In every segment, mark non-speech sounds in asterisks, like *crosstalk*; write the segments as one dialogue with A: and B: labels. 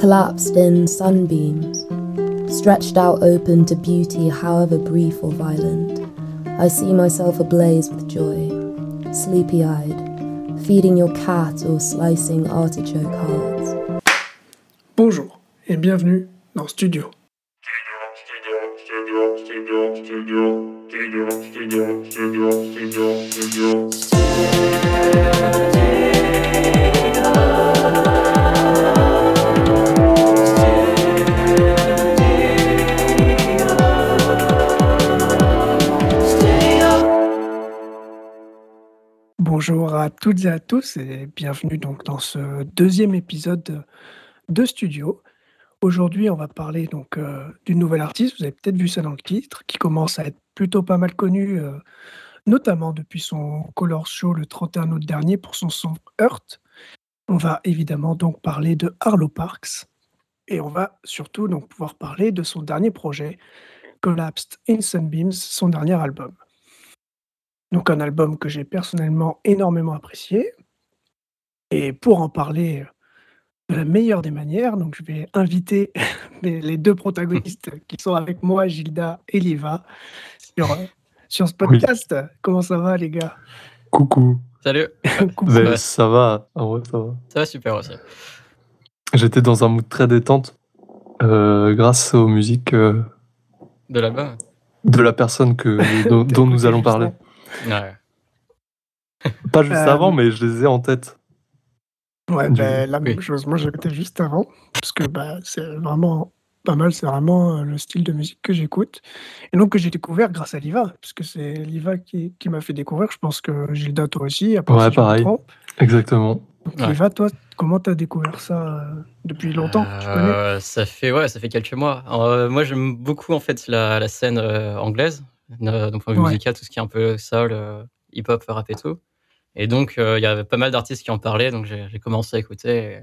A: collapsed in sunbeams, stretched out open to beauty, however brief or violent. I see myself ablaze with joy, sleepy eyed, feeding your cat or slicing artichoke hearts.
B: Bonjour et bienvenue dans Studio. Bonjour à toutes et à tous et bienvenue donc dans ce deuxième épisode de Studio. Aujourd'hui, on va parler donc euh, d'une nouvelle artiste. Vous avez peut-être vu ça dans le titre, qui commence à être plutôt pas mal connue, euh, notamment depuis son Color Show le 31 août dernier pour son son Hurt. On va évidemment donc parler de Harlow Parks et on va surtout donc pouvoir parler de son dernier projet, Collapsed in Sunbeams, son dernier album. Donc un album que j'ai personnellement énormément apprécié. Et pour en parler euh, de la meilleure des manières, donc je vais inviter *laughs* les les deux
C: *laughs*
B: protagonistes qui sont avec moi, Gilda et Liva, sur, euh, sur ce
C: Oui.
B: podcast. Comment ça va les gars
C: Coucou.
D: Salut,
B: Coucou.
C: Ben,
D: va.
C: Ça va. En vrai, ça va.
D: ça va super aussi.
C: J'étais dans un mood très détente euh, grâce aux musiques euh,
D: De là-bas
C: de la personne que, dont,
B: T'as
C: dont
B: écouté
C: nous allons
B: juste
C: parler.
B: avant.
D: Ouais.
C: Pas juste
B: Euh,
C: avant, mais je les ai en tête.
B: Ouais,
C: Du-
B: ben, la même
D: oui.
B: chose. Moi j'écoutais juste avant, parce que bah, c'est vraiment pas mal, c'est vraiment euh, le style de musique que j'écoute. Et donc que j'ai découvert grâce à Liva, parce que c'est Liva qui, qui m'a fait découvrir. Je pense que Gilda toi aussi, à part
C: Ouais,
B: si je me
C: pareil.
B: trompe.
C: Exactement.
B: Donc,
D: Ouais.
B: Liva, toi, comment t'as découvert ça euh, depuis longtemps Tu connais
D: Euh, ça fait ouais, ça fait quelques mois. Euh, moi, j'aime beaucoup en fait la, la scène euh, anglaise, euh, donc point de vue
B: Ouais.
D: musical, tout ce qui est un peu soul, euh, hip-hop, rap et tout. Et donc, euh, il y avait pas mal d'artistes qui en parlaient, donc j'ai j'ai commencé à écouter. et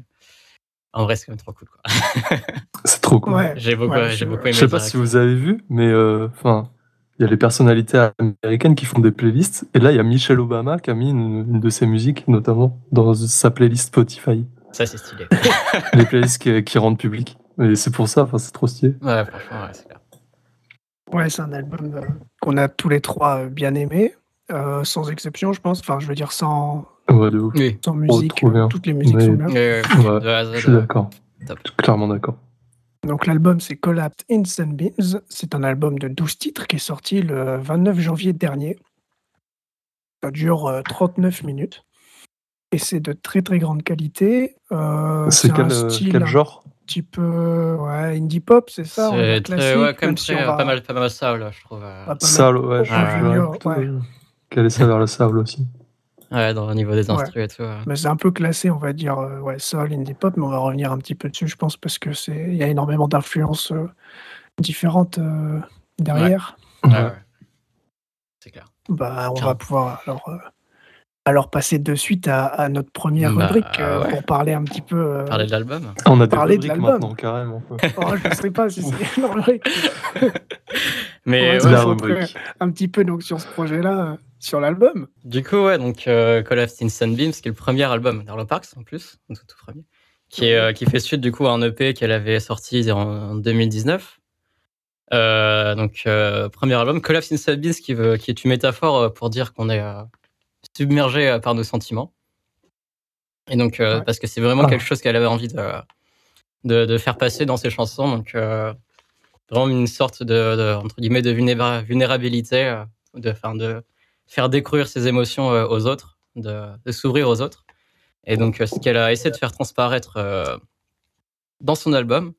D: En vrai, c'est quand même trop cool. quoi. *laughs*
C: C'est trop cool.
B: Ouais.
D: J'ai beaucoup,
B: Ouais,
D: j'ai
B: je-
D: beaucoup aimé.
C: Je sais pas si vous avez vu, mais euh, enfin, il y a les personnalités américaines qui font des playlists. Et là, il y a Michelle Obama qui a mis une, une de ses musiques, notamment dans sa playlist Spotify.
D: Ça, c'est stylé.
C: les playlists qui, qui rendent public. Et c'est pour ça, enfin, c'est trop stylé.
D: Ouais, franchement, ouais, c'est clair.
B: Ouais, c'est un album euh, qu'on a tous les trois euh, bien aimé, euh, sans exception, je pense. Enfin, je veux dire, sans,
C: Ouais, de ouf.
D: Oui.
B: sans musique,
C: trop bien.
B: euh, toutes les musiques
C: Mais-
B: sont bien.
D: Ouais, ouais,
C: Ouais,
D: de A à Z,
C: Je suis
D: euh,
C: d'accord.
D: top.
C: Je suis clairement d'accord.
B: Donc, l'album, c'est Collapsed in Sunbeams. C'est un album de 12 titres qui est sorti le 29 janvier dernier. Ça dure euh, 39 minutes. Et c'est de très, très grande qualité. Euh,
C: C'est quel,
B: un
C: euh,
B: style
C: quel
B: un
C: genre
B: petit peu ouais, indie pop, c'est ça on va dire
D: C'est très, ouais,
B: classique,
D: quand même
B: même si
D: très,
B: on
D: euh,
B: va-
D: pas mal, pas mal ça, là, je trouve. euh.
B: on va pas
C: Sable, ouais, je
B: Ouais,
C: je
D: ouais,
C: verrais
B: ouais.
C: plutôt caler ça vers le sable aussi.
D: Ouais, dans, au niveau des
B: Ah. Ouais.
D: instrus et tout. ouais.
B: Mais c'est un peu classé, on va dire, euh, ouais, soul, indie pop, mais on va revenir un petit peu dessus, je pense, parce que c'est il y a énormément d'influences euh, différentes euh, derrière.
D: Ouais, ouais. C'est clair.
B: Bah, on
D: Clairement.
B: va pouvoir alors, euh, alors passer de suite à, à notre première
D: Bah,
B: rubrique euh,
D: ouais.
B: pour parler un petit peu. euh,
D: Parler de l'album
C: Ah, On a des
B: Parler de
C: rubriques
B: l'album.
C: maintenant, carrément. quoi.
B: *laughs* oh, je ne sais pas si
D: *laughs*
B: c'est une rubrique.
D: Mais
B: Ouais,
D: ouais,
C: la
B: c'est
C: rubrique.
B: *laughs* un petit peu donc sur ce projet-là, euh, sur l'album.
D: du coup, ouais, donc euh, Call of Teen Sunbeams, qui est le premier album d'Arlo Parks en plus, le tout, tout premier, qui, est, euh, qui fait suite du coup à un EP qu'elle avait sorti en, en 2019. Euh, donc, euh, premier album, Call of Teen Sunbeams, qui, veut, qui est une métaphore euh, pour dire qu'on est euh, submergé euh, par nos sentiments. Et donc, euh,
B: Ouais.
D: parce que c'est vraiment
C: Ah.
D: quelque chose qu'elle avait envie de, de, de faire passer dans ses chansons. Donc, euh, vraiment une sorte de, de, entre guillemets, de vulnéra- vulnérabilité, euh, de, enfin, de faire découvrir ses émotions euh, aux autres, de, de s'ouvrir aux autres. Et donc, euh, ce qu'elle a essayé de faire transparaître euh, dans son album.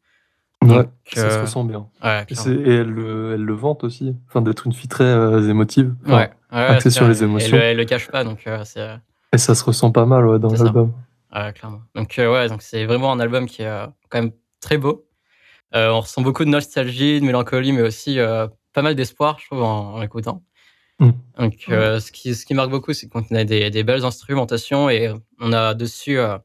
C: Ouais,
D: Donc,
C: ça se
D: euh,
C: ressent bien.
D: ouais,
C: Et,
D: clairement.
C: c'est- et elle, le- elle le vante aussi. Enfin, d'être une fille très euh, émotive. Enfin,
D: Ouais, ouais,
C: axé
D: c'est
C: sur
D: vrai.
C: les émotions.
D: Elle, le- elle le cache pas, donc euh, c'est.
C: Et ça se ressent pas mal ouais, dans
D: C'est ça.
C: l'album.
D: Ouais, clairement. Donc, euh, ouais, donc c'est vraiment un album qui est euh, quand même très beau. Euh, on ressent beaucoup de nostalgie, de mélancolie, mais aussi euh, pas mal d'espoir, je trouve, en, en l'écoutant.
C: Mm.
D: Donc, euh, ce, qui, ce qui marque beaucoup, c'est qu'on a des, des belles instrumentations et on a dessus euh,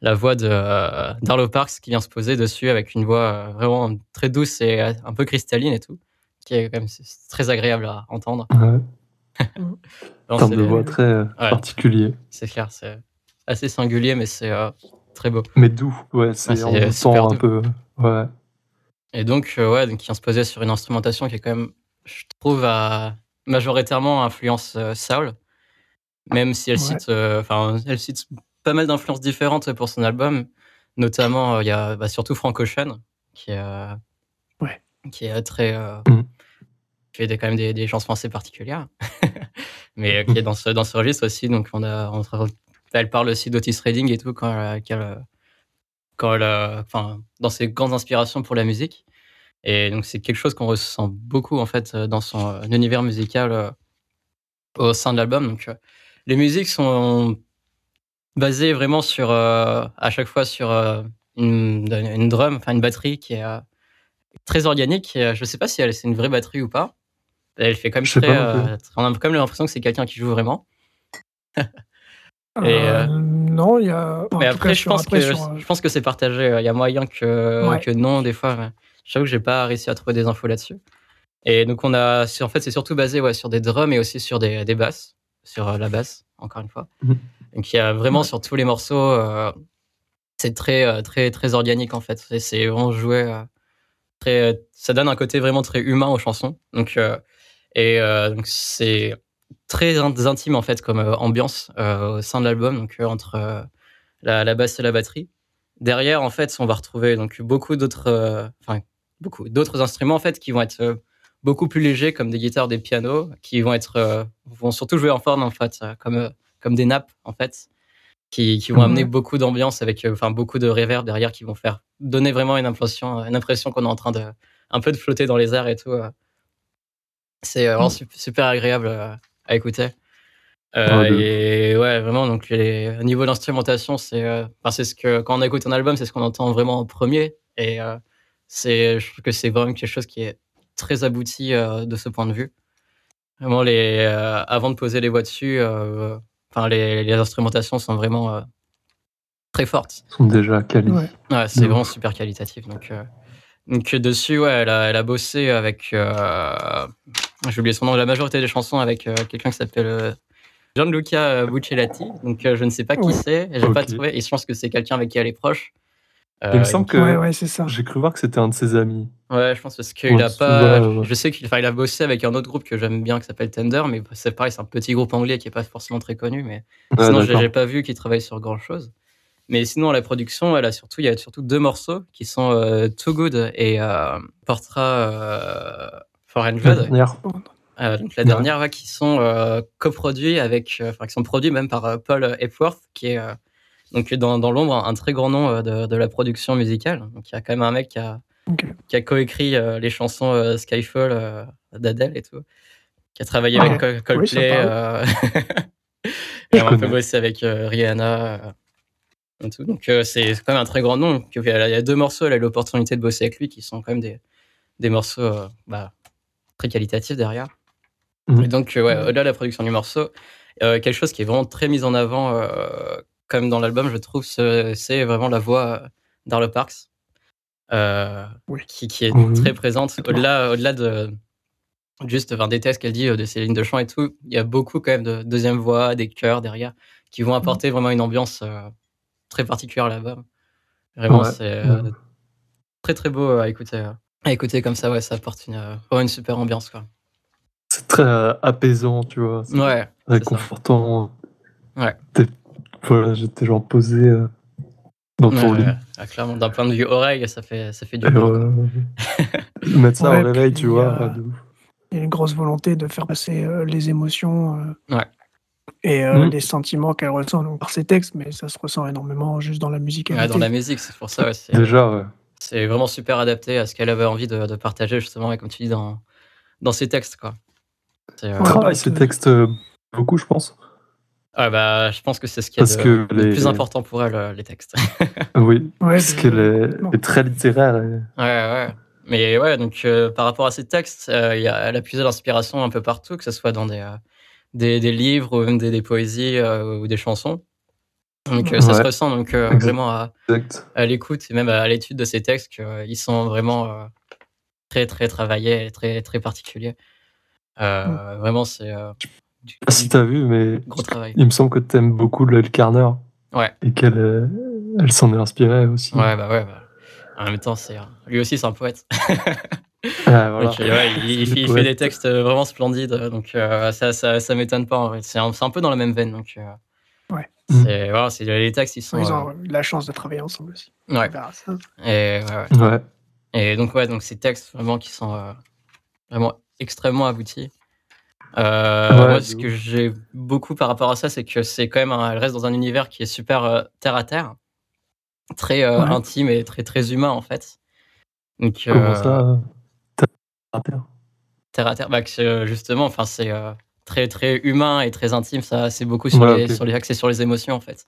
D: la voix de euh, d'Arlo Parks qui vient se poser dessus avec une voix euh, vraiment très douce et euh, un peu cristalline et tout, qui est quand même c'est- c'est très agréable à entendre.
C: Ouais,
D: Vraiment,
C: en termes
D: c'est
C: de
D: des-
C: voix très euh, particulier.
D: c'est clair, c'est assez singulier, mais c'est euh, très beau.
C: Mais d'où Ouais, c'est
D: Ah, c'est
C: en même
D: super
C: temps un
D: doux.
C: peu. Ouais.
D: Et donc, euh, ouais, donc, qui se posait sur une instrumentation qui est quand même, je trouve, à- majoritairement influence euh, soul, même si elle
B: Ouais.
D: cite, euh, enfin, elle cite pas mal d'influences différentes pour son album. Notamment, euh, il y a bah, surtout Frank Ocean, qui est, euh,
B: Ouais.
D: qui est euh, très, euh,
C: Mhm.
D: qui fait des- quand même des, des chansons assez particulières, *laughs* mais euh, qui est dans ce dans ce registre aussi. Donc, on a, on tra- elle parle aussi d'Otis Redding et tout quand elle- qu'elle euh, quand elle, euh, enfin, dans ses grandes inspirations pour la musique. Et donc, c'est quelque chose qu'on ressent beaucoup, en fait, euh, dans son euh, univers musical euh, au sein de l'album. Donc, euh, les musiques sont basées vraiment sur, euh, à chaque fois, sur euh, une, une drum, enfin, une batterie qui est euh, très organique. Et, euh, je ne sais pas si elle, c'est une vraie batterie ou pas. Elle fait quand même
C: Je sais
D: très.
C: pas non plus.
D: euh, on a quand même l'impression que c'est quelqu'un qui joue vraiment. Et,
B: Euh,
D: euh,
B: non, il y a. en
D: Mais
B: tout cas,
D: après, je
B: sur-
D: pense,
B: après,
D: que,
B: sur, euh,
D: je pense que c'est partagé. Il y a moyen que,
B: Ouais.
D: que non, des fois. mais Je sais que j'ai pas réussi à trouver des infos là-dessus. Et donc, on a, c'est- en fait, c'est surtout basé ouais, sur des drums et aussi sur des, des basses, sur euh, la basse, encore une fois.
C: Mhm.
D: Donc, il y a vraiment
B: Ouais.
D: sur tous les morceaux, euh, c'est très, euh, très, très organique, en fait. C'est- C'est vraiment joué. euh, très, euh, ça donne un côté vraiment très humain aux chansons. Donc, euh, et euh, donc, c'est très in- intime, en fait, comme euh, ambiance euh, au sein de l'album, donc euh, entre. euh, la, la basse et la batterie. Derrière, en fait, on va retrouver donc beaucoup d'autres, euh, enfin beaucoup d'autres instruments en fait qui vont être euh, beaucoup plus légers, comme des guitares, des pianos, qui vont être, euh, vont surtout jouer en forme en fait, euh, comme euh, comme des nappes en fait, qui, qui vont
B: Mhm.
D: amener beaucoup d'ambiance avec, euh, enfin beaucoup de reverb derrière, qui vont faire donner vraiment une impression, une impression qu'on est en train de, un peu de flotter dans les airs et tout. euh. C'est euh,
C: Mm.
D: vraiment sup- super agréable euh, à écouter. Euh,
C: Ouais, de-
D: et ouais, vraiment, donc les, au niveau de l'instrumentation, c'est euh, enfin, c'est ce que quand on écoute un album, c'est ce qu'on entend vraiment en premier. Et euh, c'est, je trouve que c'est vraiment quelque chose qui est très abouti euh, de ce point de vue. Vraiment, les, euh, avant de poser les voix dessus, euh, enfin, les, les instrumentations sont vraiment euh, très fortes.
C: Ils sont déjà quali.
B: ouais.
D: Ouais, c'est
C: De
D: vraiment
C: ouf.
D: super qualitatif. Donc, euh, donc dessus, ouais, elle a, elle a bossé avec. euh, J'ai oublié son nom, la majorité des chansons avec euh, quelqu'un qui s'appelle euh, Gianluca Buccellati. Donc, euh, je ne sais pas qui
B: Oui.
D: c'est. J'ai pas
C: Ok.
D: trouvé. Et je pense que c'est quelqu'un avec qui elle est proche. Euh,
C: Il me semble que
B: ouais, ouais, c'est ça.
C: j'ai cru voir que c'était un de ses amis.
D: Ouais, je pense parce
C: On
D: qu'il a
C: se
D: pas.
C: voit, ouais.
D: Je sais qu'il enfin, il a bossé avec un autre groupe que j'aime bien qui s'appelle Tender, mais c'est pareil, c'est un petit groupe anglais qui est pas forcément très connu, mais
C: Ouais,
D: sinon j'ai
C: Ah, d'accord.
D: j'ai pas vu qu'il travaille sur grand chose. Mais sinon à la production, elle a surtout il y a surtout deux morceaux qui sont euh, Too Good et euh, Portra euh, for
C: La
D: 100.
C: dernière.
D: Euh, donc la
C: Ouais.
D: dernière, ouais, qui sont euh, coproduits avec, euh, enfin qui sont produits même par euh, Paul Epworth, qui est euh, donc dans, dans l'ombre un, un très grand nom euh, de, de la production musicale. Donc il y a quand même un mec qui a,
B: Ok.
D: qui a coécrit euh, les chansons euh, Skyfall euh, d'Adèle et tout, qui a travaillé
B: Ah,
D: avec Col- Coldplay,
B: ça
D: euh, et
C: Je
D: on a un peu
C: connais.
D: bossé avec euh, Rihanna. euh, et tout. Donc euh, c'est c'est quand même un très grand nom. Puis, Il y a il y a deux morceaux, elle a eu l'opportunité de bosser avec lui, qui sont quand même des, des morceaux euh, bah, très qualitatifs derrière.
C: Mhm.
D: Et donc, euh, ouais,
B: Mhm.
D: au-delà de la production du morceau, euh, quelque chose qui est vraiment très mis en avant, euh, comme dans l'album, je trouve, ce- c'est vraiment la voix euh, d'Arlo Parks, euh,
B: Oui.
D: qui, qui est
C: Oui.
D: très présente. Au-delà, au-delà de juste enfin, des tests qu'elle dit, euh, de ses lignes de chant et tout, il y a beaucoup quand même de deuxième voix, des chœurs derrière, qui vont apporter vraiment une ambiance euh, très particulière à l'album. Vraiment,
C: Ouais.
D: c'est euh,
C: Mhm.
D: très très beau euh, à écouter. euh. À écouter comme ça, ouais, ça apporte une, euh, vraiment une super ambiance, quoi.
C: C'est très euh, apaisant, tu vois. C'est
D: Ouais, c'est ça.
C: réconfortant.
D: Ouais.
C: T'es- Voilà, j'étais genre posé euh, dans ton
D: Ouais,
C: lit.
D: ouais. Ah, clairement, d'un point de vue oreille, ça fait, ça fait du
C: Et,
D: bien.
C: euh, mettre ça
B: Ouais,
C: au réveil,
B: puis,
C: tu vois. bah,
B: euh,
C: de ouf.
B: Il y a une grosse volonté de faire passer euh, les émotions euh,
D: Ouais. Mmh.
B: et euh,
C: Mhm.
B: les sentiments qu'elle ressent donc, par ses textes, mais ça se ressent énormément juste dans la musique.
D: Ouais, dans la musique, c'est pour ça. ouais, c'est,
C: Déjà, ouais.
D: c'est vraiment super adapté à ce qu'elle avait envie de, de partager, justement, et comme tu dis, dans, dans ses textes. Quoi. C'est, euh,
B: Ouais.
C: Travaille ces
B: parce que-
C: textes euh, beaucoup, je pense.
D: ouais, bah, je pense que c'est ce qui est
C: Parce
D: de,
C: que
D: de
C: les-
D: plus important pour elle, euh,
C: *laughs*
D: les textes.
C: Oui, parce
B: que
C: qu'elle est, est très littéraire. et-
D: ouais, ouais. Mais ouais, donc euh, par rapport à ses textes, euh, il y a, elle a puisé l'inspiration un peu partout, que ce soit dans des, euh, des, des livres ou même des, des poésies euh, ou des chansons. Donc euh, ça se
C: Ouais.
D: ressent donc euh,
C: Exact.
D: vraiment à,
C: Exact.
D: à l'écoute et même à l'étude de ces textes qu'ils sont vraiment euh, très très travaillés et très très particuliers. Euh, Vraiment, c'est euh,
C: Je
D: du,
C: sais pas si
D: du
C: t'as vu, mais
D: gros travail.
C: il me semble que t'aimes beaucoup Lel Carner.
D: Ouais.
C: et qu'elle euh, elle s'en est inspirée aussi.
D: Ouais, bah ouais. bah. En même temps, c'est lui aussi, c'est un poète.
C: Ah, voilà.
D: Donc, euh, ouais, il,
C: *laughs*
D: il
C: C'est
D: fait- il fait
C: poète.
D: des textes vraiment splendides, euh, donc euh, ça, ça, ça m'étonne pas. en vrai. C'est un, c'est un peu dans la même veine, donc. euh,
B: Ouais.
D: C'est voilà, c'est- les textes, ils sont.
B: Ils
D: euh,
B: ont eu la chance de travailler ensemble aussi.
D: ouais.
B: Bah, ça,
D: Et, ouais, ouais.
C: Ouais.
D: Et donc, ouais, donc ces textes vraiment qui sont euh, vraiment extrêmement aboutis. Euh,
C: Ah Ouais,
D: moi,
C: de
D: ce
C: ouf.
D: que j'ai beaucoup par rapport à ça, c'est que c'est quand même, un- elle reste dans un univers qui est super euh, terre à terre, très euh,
B: Ouais.
D: intime et très très humain en fait. Donc,
C: Comment
D: euh,
C: ça euh, t'as- par terre
D: terre à terre, bah, que c'est, euh, justement, enfin, c'est euh, très très humain et très intime. Ça, c'est beaucoup sur
C: Ouais, ok.
D: les, sur les axes et sur les émotions en fait.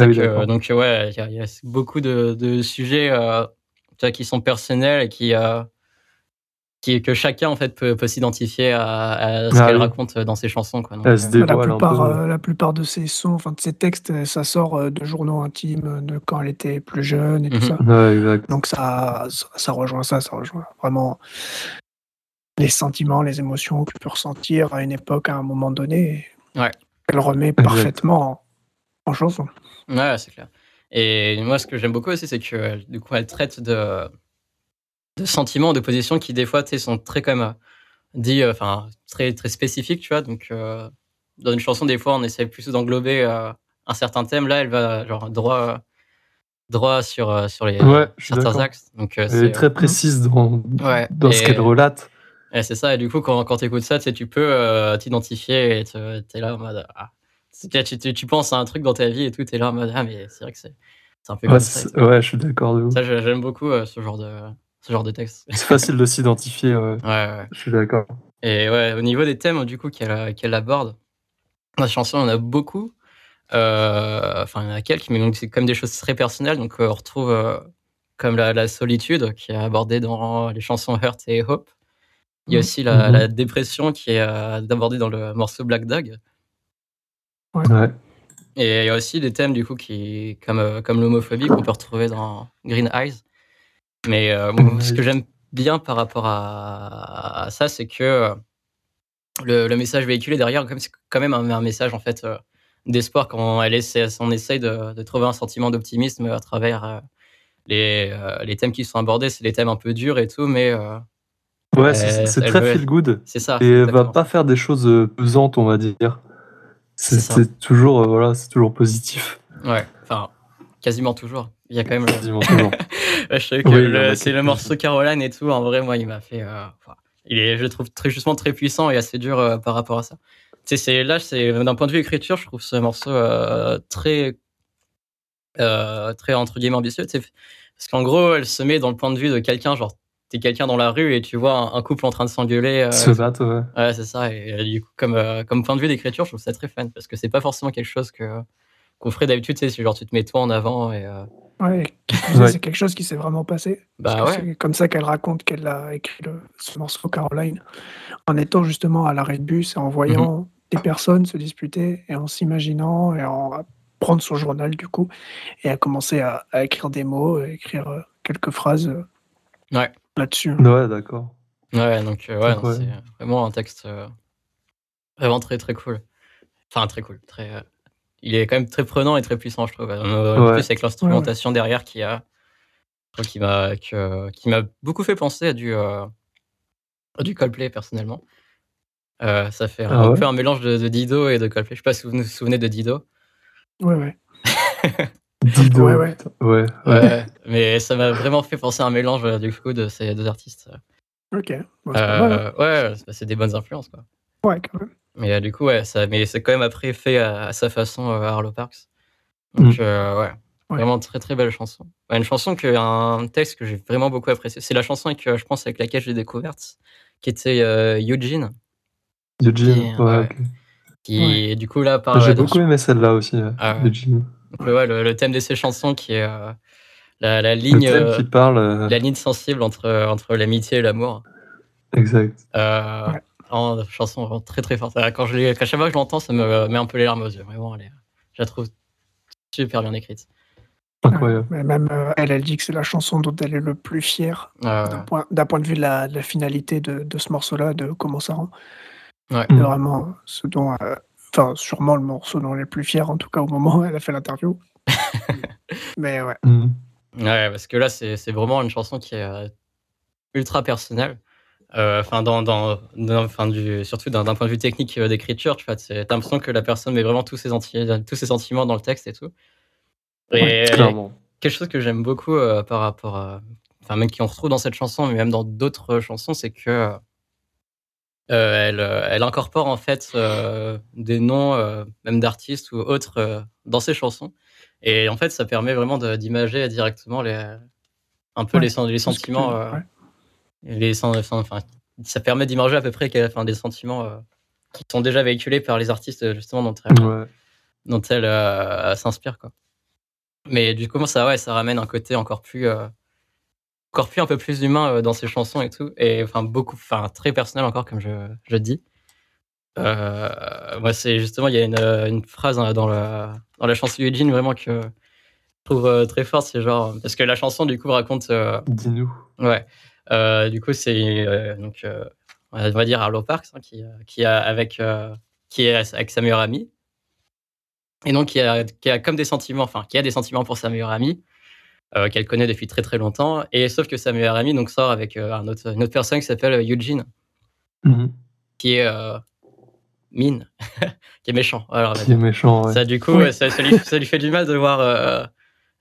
C: Ah oui,
D: Donc, euh,
C: d'accord.
D: donc, euh, ouais, il y a- il y, a beaucoup de, de sujets euh, tu vois, qui sont personnels et qui, euh, qui que chacun en fait peut, peut s'identifier à, à ce
C: Ah
D: qu'elle
C: oui.
D: raconte dans ses chansons. Quoi. Donc,
C: Elle se
D: euh,
B: la,
C: dévoile un peu.
B: plupart, euh, la plupart de ses sons, enfin de ses textes, euh, ça sort euh, de journaux intimes euh, de quand elle était plus jeune et tout
D: Mhm.
B: ça.
C: Ouais, exact.
B: Donc ça, ça, ça rejoint ça, ça rejoint vraiment les sentiments, les émotions que tu peux ressentir à une époque, à un moment donné.
D: Ouais.
B: Elle remet
C: Exact.
B: parfaitement en, en chanson.
D: Ouais, c'est clair. Et moi, ce que j'aime beaucoup aussi, c'est que euh, du coup, elle traite de, de sentiments, de positions qui, des fois, tu sais, sont très quand même euh, dits, euh, enfin, très, très spécifiques, tu vois. Donc, euh, dans une chanson, des fois, on essaie plus d'englober euh, un certain thème. Là, elle va, genre, droit, euh, droit sur, euh, sur les,
C: Ouais, je suis
D: certains
C: d'accord.
D: axes. Donc, euh,
C: Elle
D: c'est,
C: est très précise dans,
D: Ouais,
C: dans ce
D: et-
C: qu'elle relate.
D: Ouais, c'est ça, et du coup, quand, quand tu écoutes ça, tu sais, tu peux euh, t'identifier et te- t'es là en mode. Ah. C'est que Tu, tu- tu penses à un truc dans ta vie et tout, t'es là en mode. Ah, mais c'est vrai que c'est c'est un peu comme
C: Ouais,
D: ça. et
C: c'est- ouais, je suis d'accord. de ouf.
D: Ça, je- j'aime beaucoup euh, ce, genre de, ce genre de texte.
C: C'est facile de s'identifier. ouais.
D: Ouais, ouais.
C: Je suis d'accord.
D: Et ouais, au niveau des thèmes, du coup, qu'elle euh, qu'elle aborde, dans la chanson, on a beaucoup. Euh, Enfin, il y en a quelques, mais donc c'est comme des choses très personnelles. Donc, euh, on retrouve euh, comme la, la solitude qui est abordée dans les chansons Hurt et Hope. Il y a aussi la,
C: Mhm.
D: la dépression qui est euh, abordée dans le morceau Black Dog.
C: Ouais.
D: Et il y a aussi des thèmes, du coup, qui, comme, euh, comme l'homophobie qu'on peut retrouver dans Green Eyes. Mais euh, bon, ce que j'aime bien par rapport à, à ça, c'est que euh, le, le message véhiculé derrière, comme c'est quand même un, un message en fait euh, d'espoir quand elle essaie, on essaye de, de trouver un sentiment d'optimisme à travers euh, les, euh, les thèmes qui sont abordés. C'est des thèmes un peu durs et tout, mais euh,
C: Ouais, c'est
D: Elle-
C: c'est
D: Euh, elle
C: très
D: veut-
C: feel good.
D: c'est ça.
C: Et euh, bah, elle va
D: exactement.
C: pas faire des choses euh, pesantes, on va dire. C'est
D: C'est ça.
C: c'est toujours, euh, voilà, c'est toujours positif.
D: Ouais, enfin, quasiment toujours. Il y a quand même le-
C: Quasiment toujours.
D: *laughs* Ouais, je sais que
C: Oui,
D: le-
C: il y en a
D: c'est le
C: quelques-uns.
D: morceau Caroline et tout. En vrai, moi, il m'a fait. euh, enfin, il est, je le trouve très, justement très puissant et assez dur euh, par rapport à ça. Tu sais, c'est- là, c'est d'un point de vue écriture, je trouve ce morceau euh, très, euh, très entre guillemets ambitieux. tu sais. Parce qu'en gros, elle se met dans le point de vue de quelqu'un, genre t'es quelqu'un dans la rue et tu vois un, un couple en train de s'engueuler. euh,
C: Se battre, ouais.
D: Ouais, c'est ça. Et euh, du coup, comme, euh, comme point de vue d'écriture, je trouve ça très fun parce que c'est pas forcément quelque chose que qu'on ferait d'habitude. Tu sais, c'est genre tu te mets toi en avant et euh,
B: Ouais, et qui plus est,
C: Ouais.
B: C'est quelque chose qui s'est vraiment passé.
D: bah
B: Parce
D: ouais.
B: que C'est comme ça qu'elle raconte qu'elle a écrit le- ce morceau Caroline, en étant justement à l'arrêt de bus et en voyant
D: Mhm.
B: des personnes se disputer et en s'imaginant et en à prendre son journal du coup et à commencer à, à écrire des mots, à écrire euh, quelques phrases euh,
D: Ouais.
B: là-dessus.
C: Ouais, d'accord.
D: Ouais, donc euh, ouais,
C: Donc,
D: non,
C: ouais.
D: c'est vraiment un texte euh, vraiment très très cool. Enfin, très cool. Très, euh, il est quand même très prenant et très puissant, je trouve. Euh, En
C: Ouais.
D: plus, avec l'instrumentation derrière qui a, je trouve qu'il m'a que- qui m'a beaucoup fait penser à du, euh, à du Coldplay, personnellement. Euh, ça fait
C: Ah
D: un
C: ouais
D: peu un mélange de, de Dido et de Coldplay. Je sais pas si vous vous souvenez de Dido.
B: Ouais, ouais.
C: Dido.
B: Ouais, ouais.
C: putain. ouais. ouais.
D: Ouais, Euh, mais ça m'a vraiment fait penser à un mélange euh, du coup de ces deux artistes.
B: Ok. Bon, c'est pas mal, hein.
D: Euh, ouais, c'est- c'est des bonnes influences, quoi.
B: Ouais, quand même.
D: Mais euh, du coup, ouais, ça, mais c'est quand même après fait à, à sa façon euh, à Harlow Parks.
C: Mm.
D: Donc, euh, ouais,
B: Ouais.
D: vraiment très très belle chanson. Ouais, une chanson que, un texte que j'ai vraiment beaucoup apprécié. C'est la chanson avec, euh, je pense, avec laquelle j'ai découvert, qui était euh, Eugene,
C: Eugene.
D: Et,
C: Ouais,
D: ouais.
C: ok.
D: qui
B: Ouais.
D: est du coup là par.
C: J'ai
D: dans-
C: beaucoup aimé celle-là aussi, euh,
D: Ah ouais.
C: Eugene.
D: donc, ouais, le, le thème de ces chansons qui est euh, la, la
C: Le
D: ligne,
C: thème
D: euh,
C: qui parle. euh,
D: la ligne sensible entre entre l'amitié et l'amour.
C: Exact.
D: Euh,
B: Ouais.
D: vraiment, une chanson vraiment très très forte. Euh, Quand je l'ai- à chaque fois que je l'entends, ça me euh, met un peu les larmes aux yeux. Vraiment, elle est- je la trouve super bien écrite.
C: Incroyable.
B: Mais même euh, elle, elle dit que c'est la chanson dont elle est le plus fière
D: Euh,
B: d'un point, d'un point de vue de la, de la finalité de, de ce morceau-là, de comment ça rend.
D: Ouais.
B: C'est
C: Mm.
B: vraiment ce dont euh, enfin, sûrement le morceau dont elle est le plus fière, en tout cas au moment où elle a fait
D: *laughs*
B: l'interview. Mais ouais.
C: Mhm.
D: Ouais, parce que là, c'est c'est vraiment une chanson qui est euh, ultra personnelle. Euh, Enfin, dans, dans, dans- enfin, du, surtout d'un d'un point de vue technique euh, d'écriture, tu vois, c'est- t'as l'impression que la personne met vraiment tous ses, enti- tous ses sentiments dans le texte et tout. Et
C: Ouais, clairement.
D: quelque chose que j'aime beaucoup euh, par rapport à. Enfin, même qu'on retrouve dans cette chanson, mais même dans d'autres chansons, c'est que. euh, elle, euh, elle incorpore en fait euh, des noms, euh, même d'artistes ou autres, euh, dans ses chansons. Et en fait, ça permet vraiment de- d'imager directement les, un peu
B: Ouais,
D: les, sen- les
B: Parce que-
D: sentiments. euh,
B: ouais.
D: les sen- enfin, enfin, ça permet d'imager à peu près quels- enfin, des sentiments euh, qui sont déjà véhiculés par les artistes euh, justement dont elle,
C: Ouais.
D: dont elle euh, s'inspire quoi. Mais du coup, moi, ça, ouais, ça ramène un côté encore plus, euh, encore plus un peu plus humain euh, dans ses chansons et tout, et enfin beaucoup, enfin très personnel encore comme je, je dis. Euh, moi, c'est justement, il y a une, euh, une phrase hein, dans la dans la chanson Eugene vraiment que je trouve euh, très forte, c'est genre parce que la chanson du coup raconte euh,
C: Dis-nous.
D: Ouais. Euh, du coup, c'est euh, donc euh, on va dire Arlo Parks hein, qui, euh, qui a avec euh, qui est avec sa meilleure amie et donc qui a, qui a comme des sentiments, enfin qui a des sentiments pour sa meilleure amie euh, qu'elle connaît depuis très très longtemps et sauf que sa meilleure amie donc sort avec euh, un autre, une autre personne qui s'appelle euh, Eugene
C: Mhm.
D: qui est euh, mine *laughs* qui est méchant. Voilà, on va
C: Qui est méchant, ouais.
D: ça, du coup,
B: Oui.
D: ouais, ça, ça lui, ça lui fait du mal de voir euh,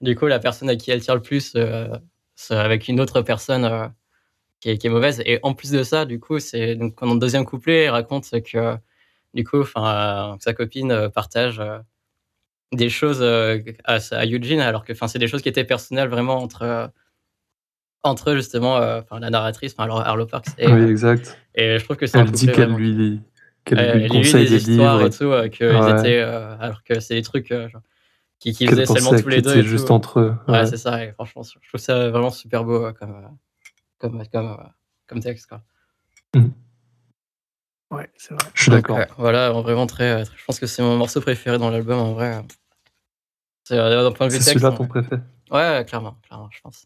D: du coup, la personne à qui elle tire le plus euh, se- avec une autre personne euh, qui, est, qui est mauvaise. Et en plus de ça, du coup, c'est donc dans le deuxième couplet, elle raconte que du coup, enfin, euh, sa copine euh, partage euh, des choses euh, à, sa- à Eugene, alors que enfin, c'est des choses qui étaient personnelles vraiment entre euh, entre justement euh, enfin, la narratrice, enfin, Arlo- Arlo Parks. Et,
C: Oui, exact.
D: et je trouve que c'est un
C: Elle dit
D: couplet
C: qu'elle
D: vraiment-
C: lui, qu'elle
D: euh,
C: lui
D: lui,
C: conseille
D: des
C: des
D: histoires
C: livres
D: et tout, euh, que
C: Ouais.
D: ils étaient, euh, alors que c'est des trucs euh, genre, qui, qui
C: qu'elle
D: faisaient seulement
C: pensait
D: tous les
C: qu'ils
D: deux. et
C: étaient
D: tout. euh.
C: juste entre eux.
D: Ouais,
C: Ouais.
D: c'est ça. Et franchement, je trouve ça vraiment super beau euh, comme, euh, comme, comme, euh, comme texte. Quoi.
B: Ouais, c'est vrai.
C: Je suis d'accord.
D: Ouais, voilà, euh, vraiment très, euh, très- Je pense que c'est mon morceau préféré dans l'album en vrai. euh. C'est euh, d'un point de vue
C: C'est
D: texte.
C: celui-là
D: hein.
C: ton préféré.
D: Ouais, clairement, clairement, je pense.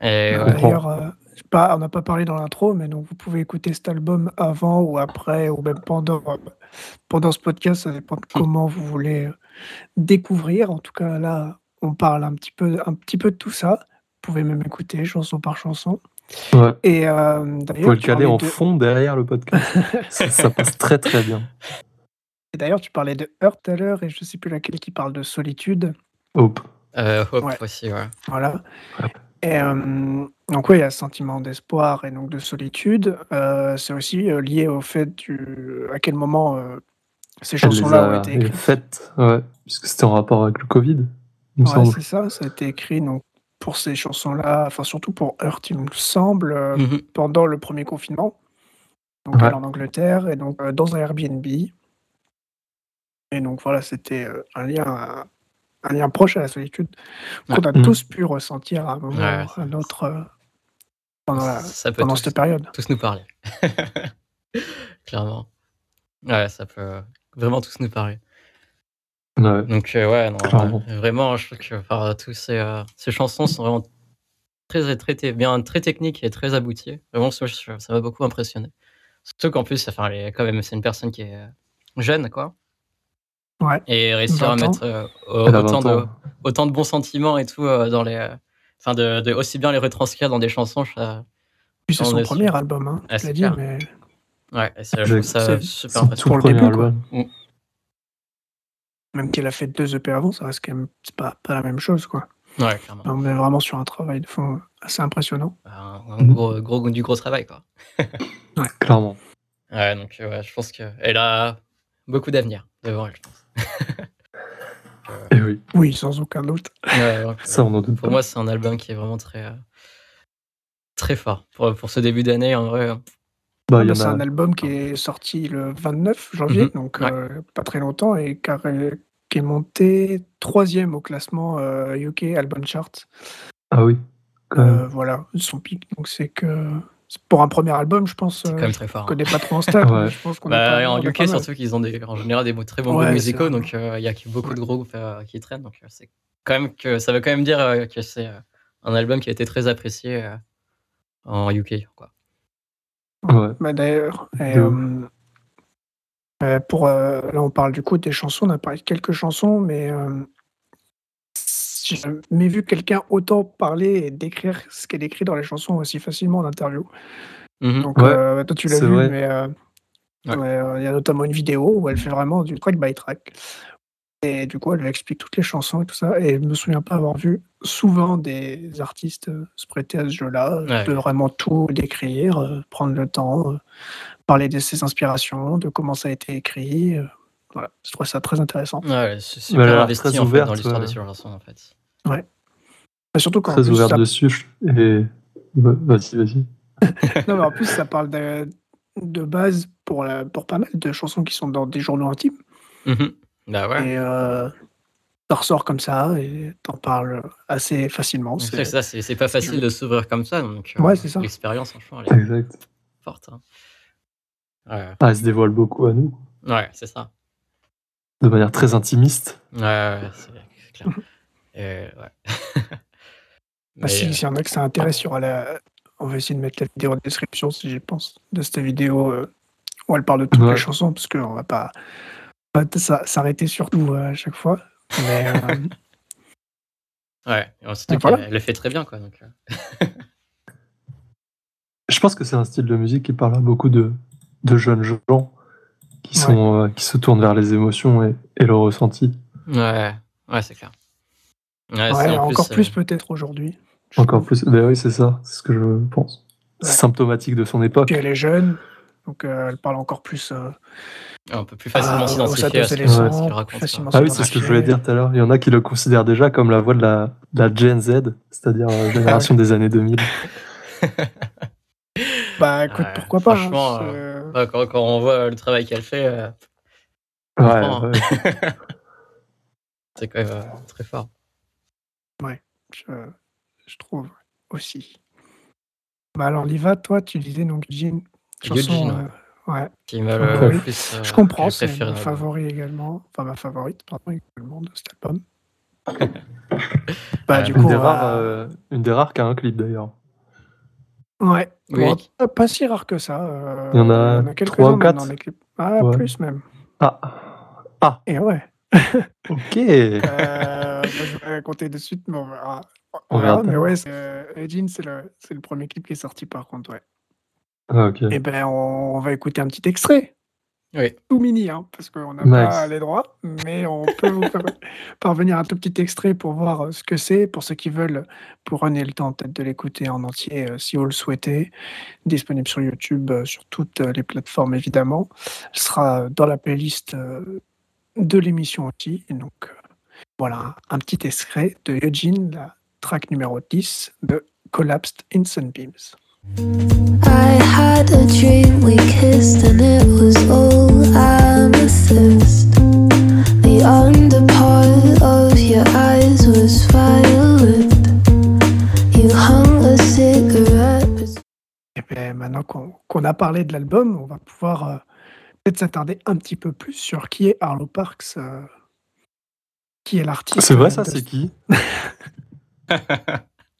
D: Et
C: Ouais.
D: ouais,
B: D'ailleurs, euh, je sais pas, on n'a pas parlé dans l'intro, mais donc vous pouvez écouter cet album avant ou après, ou même pendant, euh, pendant ce podcast, ça dépend de
D: Hmm.
B: comment vous voulez euh, découvrir. En tout cas, là, on parle un petit peu, un petit peu de tout ça. Vous pouvez même écouter chanson par chanson.
C: Ouais.
B: Et euh, d'ailleurs,
C: Vous pouvez le
B: tu
C: caler
B: parlais
C: en
B: de-
C: fond derrière le
B: *laughs*
C: podcast. ça, ça passe très très bien.
B: et d'ailleurs, tu parlais de Hurt tout à l'heure, et je sais plus laquelle qui parle de solitude.
C: Hope.
D: euh, Hope
B: Ouais.
D: aussi, ouais.
B: Voilà. Et euh, donc, oui, il y a ce sentiment d'espoir et donc de solitude. Euh, c'est aussi euh, lié au fait du, à quel moment euh, ces
C: Elle les
B: chansons-là ont
C: a
B: été écrites.
C: faites, ouais, puisque c'était en rapport avec le Covid, il me
B: Ouais,
C: semble.
B: c'est ça, ça a été écrit donc, pour ces chansons-là, enfin surtout pour Hurt, il me semble, euh,
D: *laughs* Mhm.
B: pendant le premier confinement. Donc
C: Ouais.
B: elle est en Angleterre et donc euh, dans un Airbnb. Et donc voilà, c'était euh, un lien euh, un lien proche à la solitude qu'on a
C: Ouais.
B: tous pu ressentir à un moment
D: Mm. Ouais,
B: ou à un autre euh, pendant, la-
D: Ça peut
B: pendant
D: tous-
B: cette période.
D: tous nous parler. *laughs* Clairement. Ouais, ça peut euh, vraiment tous nous parler.
C: Ouais.
D: Donc, euh, ouais, non,
C: Clairement.
D: euh, vraiment, je trouve que enfin, tous ces, euh, ces chansons sont vraiment très, très, très, bien, très techniques et très abouties. Vraiment, ça je- ça m'a beaucoup impressionné. Surtout qu'en plus, enfin, elle est quand même, c'est une personne qui est euh, jeune, quoi.
B: Ouais.
D: Et réussir
B: 20
D: à
B: ans.
D: mettre euh,
C: Elle a
D: autant,
C: 20
D: de,
C: ans.
D: autant de bons sentiments et tout euh, dans les. euh, Enfin, de, de aussi bien les retranscrire dans des chansons, ça-
B: Puis c'est
D: On
B: son
D: est
B: premier
D: sûr.
B: album, hein,
D: Ah,
B: je
D: c'est
B: l'ai dit,
D: clair.
B: mais
D: ouais, et ça, je trouve ça
B: C'est-
D: super
C: C'est tout
D: impressionnant.
B: pour
C: le
B: le
C: premier
B: début, quoi.
C: album.
B: même qu'elle a fait deux EP avant, ça reste quand même c'est pas, pas la même chose. quoi.
D: Ouais, clairement.
B: On est vraiment sur un travail de fond assez impressionnant.
D: un, un gros, gros, du gros travail. Quoi.
C: Clairement.
D: Ouais, donc euh, ouais, je pense qu'elle a beaucoup d'avenir devant elle,
C: *laughs*
D: je pense.
C: Et oui,
B: Oui, sans aucun doute.
D: Ouais, donc, euh,
C: ça on en doute
D: pour
C: pas.
D: moi, c'est un album qui est vraiment très, euh, très fort. Pour, pour ce début d'année, en vrai, euh,
C: Bah, il y
B: Bah,
C: en
B: c'est
C: a-
B: un album qui est sorti le 29 janvier,
D: Mhm.
B: donc
D: Ouais.
B: euh, pas très longtemps, et qui, a- qui est monté troisième au classement euh, UK Album Chart.
C: Ah oui. quand même.
B: Euh, voilà, son pic. Donc c'est que c'est pour un premier album, je pense.
D: c'est
B: euh,
D: quand même très fort.
B: je
D: hein.
B: connais pas trop en stade,
C: *laughs* Ouais.
B: mais je pense qu'on
D: Bah,
B: est pas-
D: en
B: on est
D: UK,
B: pas mal.
D: surtout qu'ils ont des, en général des très bons
B: Ouais,
D: groupes
B: c'est
D: musicaux,
B: vrai.
D: donc euh, il y a qui- beaucoup de gros groupes euh, qui traînent. Donc, euh, c'est quand même que, ça veut quand même dire euh, que c'est euh, un album qui a été très apprécié euh, en UK. Quoi.
C: Ouais.
B: Euh, Bah, D'ailleurs, et,
C: De
B: euh, Euh, pour, euh, là, on parle du coup des chansons, on a parlé de quelques chansons, mais euh, j'ai jamais vu quelqu'un autant parler et décrire ce qu'elle écrit dans les chansons aussi facilement en interview.
D: Mhm.
B: Donc,
C: Ouais,
B: euh, toi, tu l'as
C: c'est
B: vu,
C: vrai.
B: mais euh, ouais,
D: Ouais.
B: euh, il y a notamment une vidéo où elle fait vraiment du track by track. Et du coup, elle lui explique toutes les chansons et tout ça. Et je me souviens pas avoir vu souvent des artistes euh, se prêter à ce jeu-là, euh,
D: Ouais.
B: de vraiment tout décrire, euh, prendre le temps, euh, parler de ses inspirations, de comment ça a été écrit. euh, voilà, je trouve ça très intéressant.
D: Ouais, c'est
C: Mais elle a
D: super
C: l'air
D: investi
C: très
D: en fait, dans
C: ouverte, euh.
D: l'histoire
C: ouais.
D: des chansons en fait.
B: Et surtout quand en
C: Très
B: plus,
C: ouvert
B: ça-
C: dessus. je- Et... Bah, Vas-y, vas-y.
B: Non, mais en plus, ça parle de, de base pour, la- pour pas mal de chansons qui sont dans des journaux intimes.
D: Mhm. Bah ouais.
B: Et euh, t'en ressors comme ça et t'en parles assez facilement.
D: Donc, c'est
B: C'est-
D: vrai que ça, c'est c'est pas facile de s'ouvrir comme ça, donc euh,
B: Ouais, c'est ça.
D: l'expérience franchement elle est
C: Exact.
B: *laughs*
D: forte. hein. Ouais,
C: Ah, elle se dévoile beaucoup à nous,
D: ouais c'est ça.
C: de manière très intimiste.
D: Ouais, ouais, ouais, c'est c'est
B: *laughs*
D: clair. Euh, ouais. *laughs*
B: Bah,
D: Mais, euh,
B: si, si y en a que ça intéresse, il y aura la... on va essayer de mettre la vidéo en description si j'y pense, de cette vidéo euh, où elle parle de toutes
C: Ouais.
B: les chansons, parce qu'on va pas, pas t- s'a- s'arrêter sur tout euh, à chaque fois. Mais euh,
D: euh, ouais, et surtout
B: Et voilà.
D: qu'elle- elle le fait très bien quoi. Donc, euh,
C: Je pense que c'est un style de musique qui parle à beaucoup de, de jeunes gens qui,
B: Ouais.
C: sont, euh, qui se tournent vers les émotions et, et le ressenti.
D: Ouais, ouais, c'est clair. *laughs* Ouais,
B: ouais,
D: si, en
B: encore
D: euh,
B: plus peut-être aujourd'hui. je
C: Encore
B: trouve.
C: plus. Ben oui, c'est ça, c'est ce que je pense. C'est
B: Ouais.
C: symptomatique de son époque.
B: Puis elle est jeune, donc euh, elle parle encore plus. euh,
D: on peut plus facilement
B: Ah, aux
D: s'identifier à ce qu'il
B: adolescents,
D: à ce qu'il
B: plus
D: raconte. quoi.
B: facilement
C: Ah oui, c'est ce que je voulais
B: Photographié.
C: dire tout à l'heure. Il y en a qui le considèrent déjà comme la voix de la, de la Gen Z, c'est-à-dire euh,
B: *laughs*
C: génération des années 2000.
B: Bah écoute,
D: Ouais,
B: pourquoi pas. hein,
D: franchement, euh,
B: c'est-
D: Ouais, quand, quand on voit le travail qu'elle fait, euh,
B: Oh.
C: Ouais,
D: Franchement,
C: ouais.
D: c'est quand même euh, très fort.
B: je, je trouve aussi. Bah alors, Liva, toi, tu disais donc Jean.
D: Eugene, ouais.
B: euh, ouais.
D: Qui m'a le
C: Ouais.
D: plus. euh,
B: Je
D: que
B: comprends,
D: j'ai
B: c'est
D: préféré
B: mon
D: dans le-
B: favori également. Enfin, ma favorite, pardon, également de cet
C: *laughs*
B: album. bah,
D: Ouais,
B: du
C: Ah, Une,
B: coup,
C: des
B: euh,
C: rares, euh, une des rares qui a un clip d'ailleurs.
B: ouais.
D: Oui.
B: Bon, euh, pas si rare que ça. euh,
C: Il y en a trois ou
B: maintenant
C: quatre
B: dans les clips. Ah,
C: Ouais.
B: plus même.
C: Ah, ah
B: Et ouais.
C: ok.
B: Euh, *laughs* moi, je vais raconter de suite, mais on verra.
C: On verra.
B: Mais ouais, c'est, euh, Eugene, c'est le, c'est le premier clip qui est sorti, par contre, ouais.
C: Ah, ok.
B: Eh ben, on, on va écouter un petit extrait.
D: Oui.
B: Tout mini, hein, parce qu'on n'a
C: Nice.
B: pas les droits, mais on peut vous faire *laughs* parvenir un tout petit extrait pour voir euh, ce que c'est, pour ceux qui veulent, pour donner le temps peut-être de l'écouter en entier, euh, si vous le souhaitez. Disponible sur YouTube, euh, sur toutes euh, les plateformes, évidemment. Ce sera euh, dans la playlist euh, de l'émission aussi. Et donc, euh, voilà, un petit extrait de Eugene, la track numéro 10 de Collapsed in Sunbeams.
A: I had a dream we kissed and it was all amethyst. The underpart of your eyes was violet. You hung a cigarette.
B: Et ben, maintenant qu'on qu'on a parlé de l'album, on va pouvoir euh, peut-être s'attarder un petit peu plus sur qui est Harlow Parks, euh, qui est l'artiste.
C: C'est vrai
B: euh,
C: ça,
B: de-
C: c'est qui *laughs*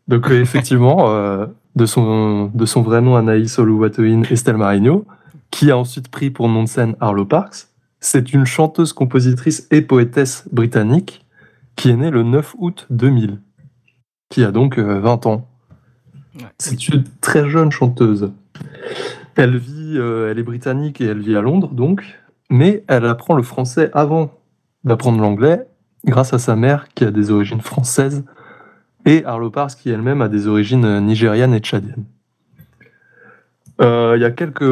C: Donc euh, effectivement, euh, de, son, de son vrai nom Anaïs Oluwatoin Estelle Marigno, qui a ensuite pris pour nom de scène Harlow Parks, c'est une chanteuse, compositrice et poétesse britannique qui est née le 9 août 2000, qui a donc euh, 20 ans.
D: Ouais.
C: C'est une très jeune chanteuse. Elle vit, euh, elle est britannique et elle vit à Londres donc, mais elle apprend le français avant d'apprendre l'anglais grâce à sa mère qui a des origines françaises et Arlo Pars qui elle-même a des origines euh, nigérianes et tchadiennes. Euh, Il y a quelques...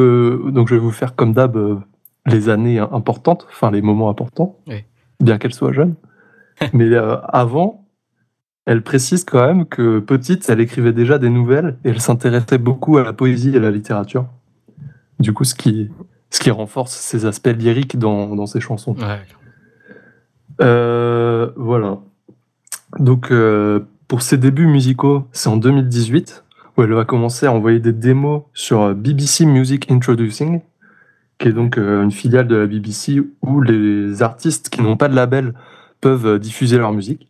C: Donc je vais vous faire comme d'hab euh, les années hein, importantes, enfin les moments importants,
D: Oui.
C: bien qu'elle soit jeune. Mais euh, avant, elle précise quand même que petite, elle écrivait déjà des nouvelles et elle s'intéressait beaucoup à la poésie et à la littérature. Du coup, ce qui, ce qui renforce ses aspects lyriques dans, dans ses chansons.
D: Ouais.
C: Euh, voilà. Donc, euh, pour ses débuts musicaux, c'est en 2018 où elle va commencer à envoyer des démos sur euh, BBC Music Introducing, qui est donc euh, une filiale de la BBC où les artistes qui n'ont pas de label peuvent euh, diffuser leur musique.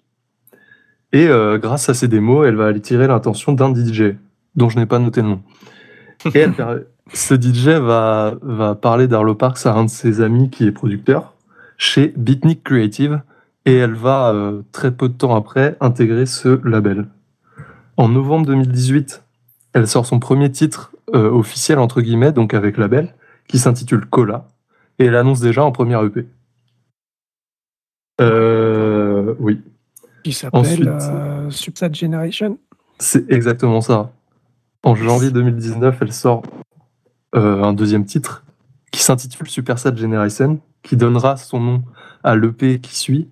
C: Et euh, grâce à ces démos, elle va attirer l'attention d'un DJ, dont je n'ai pas noté le nom. Et elle per- ce DJ va, va parler d'Arlo Parks à un de ses amis qui est producteur chez Beatnik Creative et elle va euh, très peu de temps après intégrer ce label. En novembre 2018, elle sort son premier titre euh, officiel entre guillemets, donc avec label, qui s'intitule Cola et elle annonce déjà E en première EP. Euh, oui,
B: qui s'appelle
C: Ensuite-
B: euh, Subsat Generation.
C: C'est exactement ça. En janvier 2019, elle sort euh, un deuxième titre qui s'intitule Super Sad Generation, qui donnera son nom à l'EP qui suit,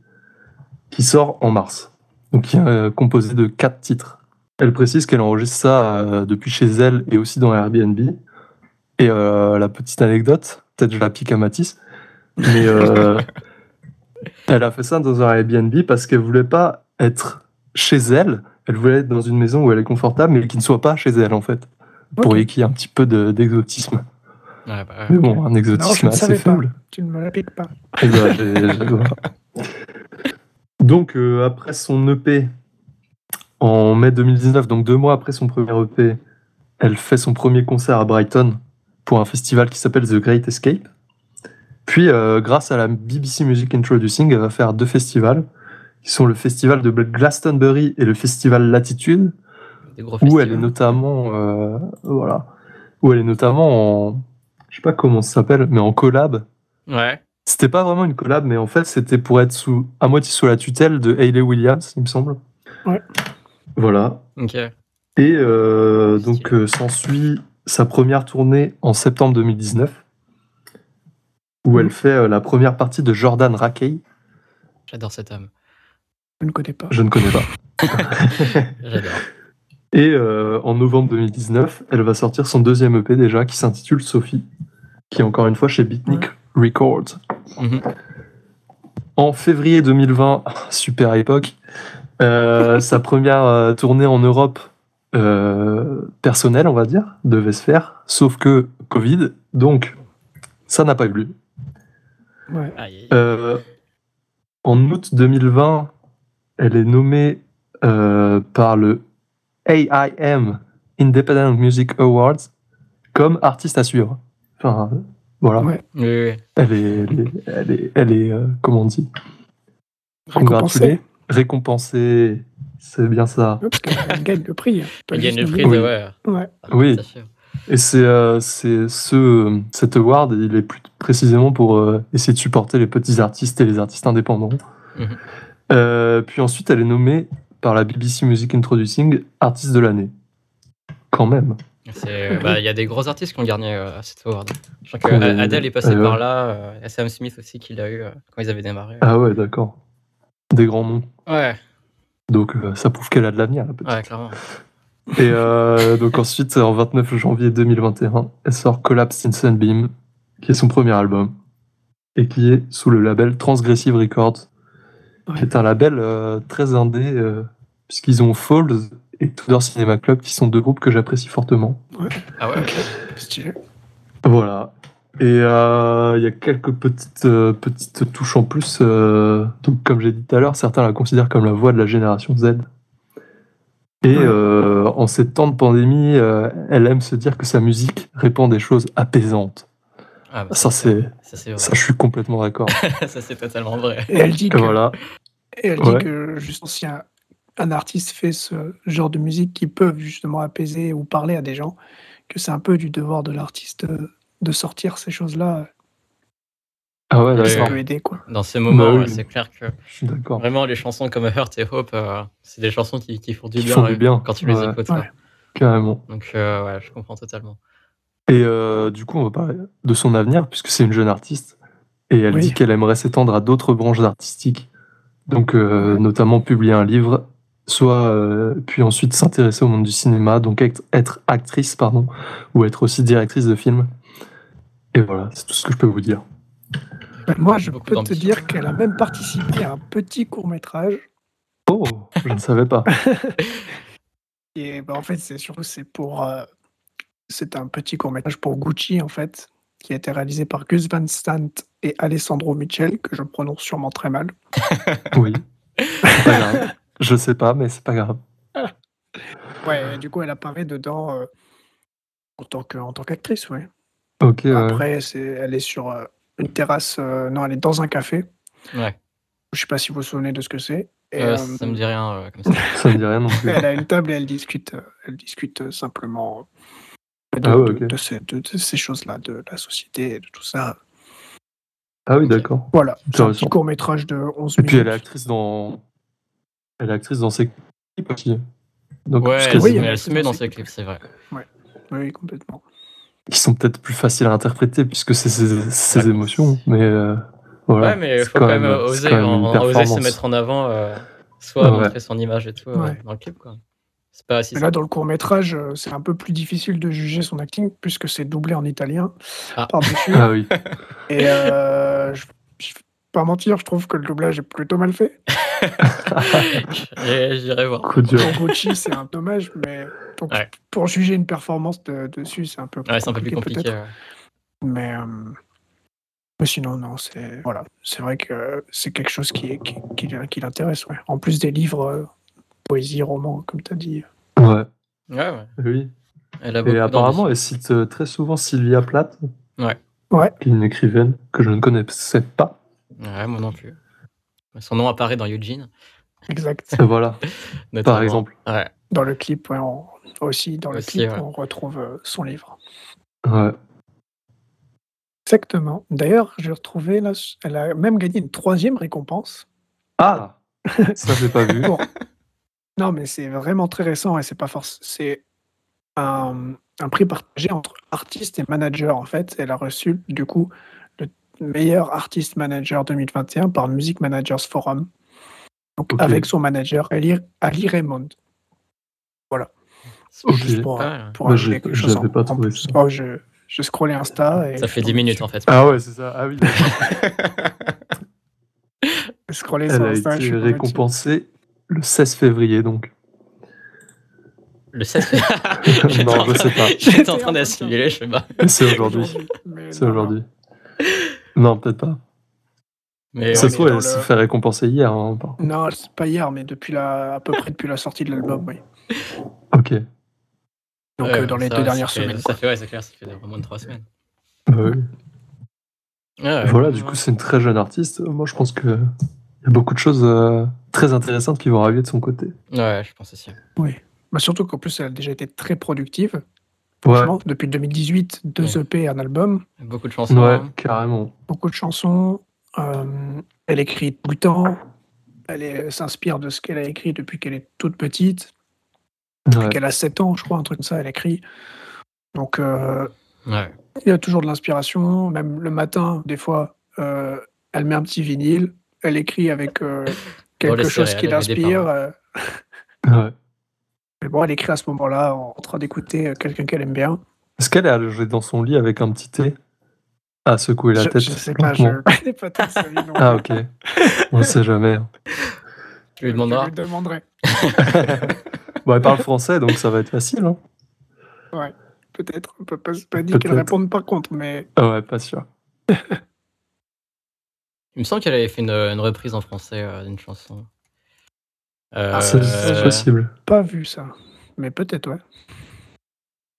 C: qui sort en mars. Donc, qui est euh, composé de quatre titres. Elle précise qu'elle enregistre ça euh, depuis chez elle et aussi dans Airbnb. Et euh, la petite anecdote, peut-être je la pique à Matisse, mais euh, elle a fait ça dans un Airbnb parce qu'elle voulait pas être chez elle, elle voulait être dans une maison où elle est confortable, mais qui ne soit pas chez elle, en fait. Pour
B: Ok.
C: y qu'il y ait un petit peu de- d'exotisme.
D: Ouais, bah,
C: Mais bon, un
B: Non, je
C: exotisme
B: ne
C: assez
B: savais pas.
C: faible.
B: Tu ne me la piques pas.
C: *laughs* Eh ben, j'ai- j'ai- voilà. Donc, euh, après son EP, en mai 2019, donc deux mois après son premier EP, elle fait son premier concert à Brighton pour un festival qui s'appelle The Great Escape. Puis, euh, grâce à la BBC Music Introducing, elle va faire deux festivals, qui sont le festival de Glastonbury et le festival Latitude,
D: des
C: où
D: gros
C: elle
D: festivals.
C: est notamment euh, voilà où elle est notamment en je sais pas comment ça s'appelle mais en collab
D: Ouais.
C: c'était pas vraiment une collab mais en fait c'était pour être sous à moitié sous la tutelle de Hayley Williams il me semble
B: Ouais.
C: voilà
D: Ok.
C: et euh, donc euh, s'ensuit sa première tournée en septembre 2019 où elle fait euh, la première partie de Jordan Rakey
D: J'adore cet homme.
B: Je ne connais pas.
C: je ne connais pas
D: J'adore.
C: Et euh, en novembre 2019, elle va sortir son deuxième EP déjà qui s'intitule Sophie, qui est encore une fois chez Beatnik Records.
D: Mhm.
C: En février 2020, *laughs* super époque, euh, sa première euh, tournée en Europe euh, personnelle, on va dire, devait se faire, sauf que Covid, donc ça n'a pas eu lieu.
B: Ouais.
D: Aïe.
C: Euh, en août 2020, elle est nommée euh, par le AIM Independent Music Awards comme artiste à suivre. Enfin, euh, voilà.
B: Ouais.
D: Oui, oui, oui.
C: Elle est, elle est, elle est, elle est, euh, comment on dit
B: Récompensé.
C: Congratulée. Récompensée. C'est bien ça.
B: Ouais, Parce qu'elle gagne le prix.
D: *laughs*
B: hein. Pas
D: Il gagne le
B: juste
D: prix
B: nom.
D: de.
C: Oui.
D: Ouais.
B: Ouais.
D: Ah,
C: Oui.
D: t'as fait.
C: Et c'est, euh, c'est ce, cet award, il est plus précisément pour euh, essayer de supporter les petits artistes et les artistes indépendants.
D: Mhm.
C: Euh, puis ensuite, elle est nommée par la BBC Music Introducing artiste de l'année. Quand même.
D: C'est- bah, Il y a des gros artistes qui ont gagné euh, cet award. Je crois que
C: Oui,
D: euh, Adele est passée
C: euh,
D: par là. euh, et Sam Smith aussi qui l'a eu euh, quand ils avaient démarré.
C: Ah ouais, d'accord. Des grands noms.
D: Ouais,
C: Donc euh, ça prouve qu'elle a de l'avenir, la petite.
D: ouais, clairement.
C: Et euh, donc ensuite, en 29 janvier 2021, elle sort Collapse in Sunbeam, qui est son premier album, et qui est sous le label Transgressive Records,
B: Ouais.
C: qui est un label euh, très indé, euh, puisqu'ils ont Falls et Tudor Cinema Club, qui sont deux groupes que j'apprécie fortement.
D: Ah ouais, ok.
B: Stylé.
C: Voilà. Et euh, il y a quelques petites, euh, petites touches en plus. euh, donc, comme j'ai dit tout à l'heure, certains la considèrent comme la voix de la génération Z. Et euh, en ces temps de pandémie, euh, elle aime se dire que sa musique répand des choses apaisantes.
D: Ah, bah,
C: Ça, c'est,
D: Ça, c'est
C: ça,
D: vrai.
C: je suis complètement d'accord.
D: *laughs* ça, c'est totalement vrai.
B: Et *laughs* elle dit que,
C: voilà.
B: et elle dit
C: Ouais.
B: que justement, si un, un artiste fait ce genre de musique qui peut justement apaiser ou parler à des gens, que c'est un peu du devoir de l'artiste euh, de sortir ces choses-là.
C: Ah ouais,
B: euh, Ça
C: d'accord.
B: peut aider, quoi.
D: Dans ces moments,
C: Bah oui.
D: ouais, c'est clair que
C: Je suis d'accord.
D: vraiment les chansons comme Hurt et Hope, euh, c'est des chansons qui, qui font du
C: Qui
D: bien,
C: font du
D: euh,
C: bien.
D: quand tu les
C: Ouais.
D: écoutes.
B: Ouais.
D: ouais.
C: Carrément.
D: Donc, euh, ouais, je comprends totalement.
C: Et euh, du coup, on va parler de son avenir, puisque c'est une jeune artiste. Et elle
B: Oui.
C: dit qu'elle aimerait s'étendre à d'autres branches artistiques. Donc, euh, notamment publier un livre, soit euh, puis ensuite s'intéresser au monde du cinéma, donc être, être actrice, pardon, ou être aussi directrice de film. Et voilà, c'est tout ce que je peux vous dire.
B: Ben, moi, je
D: Beaucoup
B: peux te
D: d'ambition.
B: dire qu'elle a même participé à un petit court-métrage.
C: Oh, je ne
B: *laughs*
C: savais pas.
B: Et bah, en fait, c'est surtout c'est pour. euh, c'est un petit court-métrage pour Gucci, en fait, qui a été réalisé par Gus Van Sant et Alessandro Michel, que je prononce sûrement très mal.
C: Oui. C'est pas grave. Je sais pas, mais c'est pas grave.
B: Ouais, et du coup, elle apparaît dedans euh, en tant que- en tant qu'actrice, ouais.
C: Ok, ouais.
B: Après, c'est, elle est sur euh, une terrasse. euh, non, elle est dans un café.
D: Ouais.
B: Je sais pas si vous vous souvenez de ce que c'est. Et,
D: Euh,
B: euh,
D: Ça me dit rien euh, comme ça.
C: ça me dit rien non plus.
B: elle a une table et elle discute. euh, Elle discute euh, simplement euh, de,
C: Ah ouais,
B: de-
C: ok.
B: de ces, de- de ces choses-là, de la société, et de tout ça.
C: Ah oui,
D: Ok.
C: d'accord.
B: Voilà. C'est un
C: Intéressant.
B: petit court métrage de 11
C: Et puis elle est
B: minutes.
C: actrice dans. Elle est actrice dans ses clips aussi. Donc,
D: ouais,
C: parce
D: elle,
C: qu'elles-
B: oui, il
D: se-
B: y a
D: elle
B: des
D: se
B: trucs
D: met
B: dans
D: dans
B: ses
D: ses clips, c'est vrai.
B: Oui, complètement.
C: ils sont peut-être plus faciles à interpréter puisque c'est ses, ses
D: Ouais.
C: émotions. Mais euh, voilà.
D: ouais, mais
C: c'est
D: faut quand même,
C: c'est
D: oser,
C: quand même
D: en-
C: une
D: en- oser se
C: performance.
D: mettre en avant, euh, soit
C: Ouais.
D: montrer son image et tout euh,
B: Ouais.
D: dans le clip. quoi. C'est pas si
B: Mais là, dans le court métrage, euh, c'est un peu plus difficile de juger son acting puisque c'est doublé en italien
D: Ah.
B: par-dessus.
C: Ah oui.
B: Et euh, je, je vais pas mentir, je trouve que le doublage est plutôt mal fait.
D: *laughs* J'irai j'irai voir.
C: Coup
D: *laughs*
C: dur.
B: Pour Gucci, c'est un dommage, mais donc,
D: Ouais.
B: pour juger une performance de- dessus, c'est un peu
D: Ouais, c'est un peu plus compliqué.
B: peut-être.
D: ouais.
B: Mais, euh, mais sinon, non, c'est voilà, c'est vrai que c'est quelque chose qui, est- qui, qui, qui l'intéresse. ouais. En plus des livres, euh, poésie, roman, comme tu as dit. euh,
C: Ouais.
D: Ouais, ouais.
C: Oui.
D: Elle a beaucoup
C: Et apparemment,
D: d'ambition.
C: elle cite euh, très souvent Sylvia Plath.
D: Ouais.
B: Ouais.
C: Qui est une écrivaine que je ne connaissais pas.
D: Ouais, moi non plus. Son nom apparaît dans Eugene.
B: Exact.
C: Et Euh, voilà,
D: notamment.
C: par exemple.
D: Ouais.
B: Dans le clip, ouais, on- aussi, dans le
D: Aussi,
B: clip,
D: ouais.
B: on retrouve euh, son livre.
C: Ouais.
B: Exactement. D'ailleurs, j'ai retrouvé, là, elle a même gagné une troisième récompense. *laughs*
C: Ah Ça, je l'ai pas vu.
B: Bon. non, mais c'est vraiment très récent et c'est pas forcément. C'est un, un prix partagé entre artiste et manager, en fait. Elle a reçu, du coup, le meilleur artiste manager 2021 par Music Managers Forum. Donc,
C: Ok.
B: avec son manager, Ali, Ali Raymond.
D: C'est
C: Ok.
B: Juste pour,
D: pas mal,
B: pour
C: Moi,
B: ajouter
C: je-
B: quelque
C: je
B: chose
C: l'avais
B: en-
C: pas
B: en
C: trouvé,
B: plus.
C: ça.
B: Oh, je, je scrollais Insta.
D: ouais.
B: Et
D: Ça fait 10 minutes hein. en fait.
C: Ah ouais, c'est ça. Ah oui.
B: Je scrollais
C: Elle
B: sur
C: a
B: Insta. je suis
C: été
B: tombé dessus.
C: récompensée le 16 février, donc. *laughs*
D: Le 16
C: non, je sais pas.
D: J'étais en
B: J'étais
D: train
B: en train de-
D: d'assimiler, je sais pas.
B: *laughs*
C: C'est aujourd'hui.
B: Mais
C: C'est
B: non, non.
C: aujourd'hui. Non, peut-être pas.
D: Mais
C: Ça
B: on
D: ouais,
B: est
C: se trouve,
B: dans
C: elle s'est
B: le-
C: fait récompenser hier. hein, par-
B: Non, c'est pas hier, mais depuis la, à peu près depuis la sortie de l'album, oui.
C: Ok.
B: Donc
D: ouais,
B: euh, dans les
D: ça,
B: deux
D: ça
B: dernières
D: fait-
B: semaines.
D: Ça
B: quoi.
D: fait, ouais, c'est clair, ça fait moins de 3 semaines.
C: Bah oui.
D: Ouais, ouais.
C: Voilà, du coup, c'est une très jeune artiste. Moi, je pense que il y a beaucoup de choses euh, très intéressantes qui vont arriver de son côté.
D: Ouais, je pense aussi.
B: Bah, surtout qu'en plus, elle a déjà été très productive.
C: Ouais,
B: franchement. Depuis 2018, deux
D: Ouais.
B: EP et un album,
D: Beaucoup de chansons.
C: ouais,
D: hein.
C: carrément.
B: beaucoup de chansons. euh, elle écrit tout le temps. Elle est- s'inspire de ce qu'elle a écrit depuis qu'elle est toute petite.
C: Ouais.
B: Depuis qu'elle a 7 ans, je crois, un truc comme ça, elle écrit. Donc, euh,
D: Ouais.
B: il y a toujours de l'inspiration. Même le matin, des fois, euh, elle met un petit vinyle. Elle écrit avec euh,
C: *laughs*
B: quelque
D: les
B: chose
D: céréales,
B: qui
D: elle met des
B: l'inspire. euh,
C: Ouais.
B: Mais bon, elle écrit à ce moment-là en en train d'écouter euh, quelqu'un qu'elle aime bien.
C: Est-ce qu'elle est allongée dans son lit avec un petit thé à secouer la
B: je,
C: tête
B: je sais pas, je *laughs*
C: lentement
B: connais pas toute sa vie. donc
C: Ah, ok. On ne sait jamais. hein.
B: *laughs*
D: Tu lui
B: Je
D: demanderas. *laughs*
B: lui demanderai,
C: bon, elle parle français, donc ça va être facile. Hein.
B: peut-être. On peut pas, pas dire qu'elle
C: Peut-être.
B: réponde par contre, mais
C: Ah ouais, pas sûr.
D: Il me semble qu'elle avait fait une, une reprise en français euh, d'une chanson. Euh,
B: Ah,
C: C'est c'est possible.
B: pas vu ça. Mais peut-être, ouais.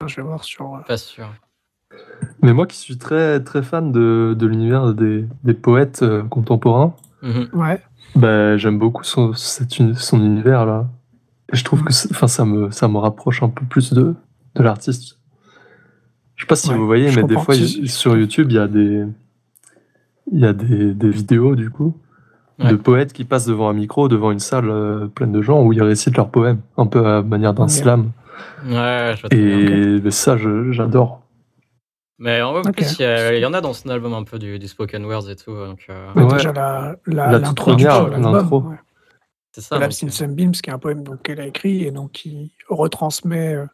B: Je vais voir sur. euh,
D: Pas sûr.
C: Mais moi qui suis très, très fan de, de l'univers des, des poètes euh, contemporains,
D: Mhm.
B: Ouais,
C: Bah, j'aime beaucoup son, cet uni- son univers là. Et je trouve que c'est- enfin, ça, me, ça me rapproche un peu plus de, de l'artiste. Je sais pas si
B: Ouais,
C: vous voyez,
B: je
C: mais des
B: comprends.
C: fois
B: Si,
C: il-
B: si, je
C: sur YouTube, il y a des, il y a des, des vidéos du coup
D: Ouais.
C: de poètes qui passent devant un micro, devant une salle euh, pleine de gens où ils récitent leurs poèmes, un peu à la manière d'un
B: Ok.
C: slam.
D: Ouais, je vois très bien.
C: Et bah, ça, je- j'adore.
D: Mais en, en
B: Ok.
D: plus, il y, a- il y en a dans son album un peu du, du spoken words et tout. Donc, euh,
C: Ouais.
B: Bah, déjà la- la-
C: La
B: l'introduction
C: toute
B: de
C: première,
B: l'album.
C: l'intro.
B: ouais.
D: c'est ça. hein.
B: L'Abs
D: donc,
B: in Some Beams, qui est un poème donc, qu'elle a écrit et donc qui retransmet euh,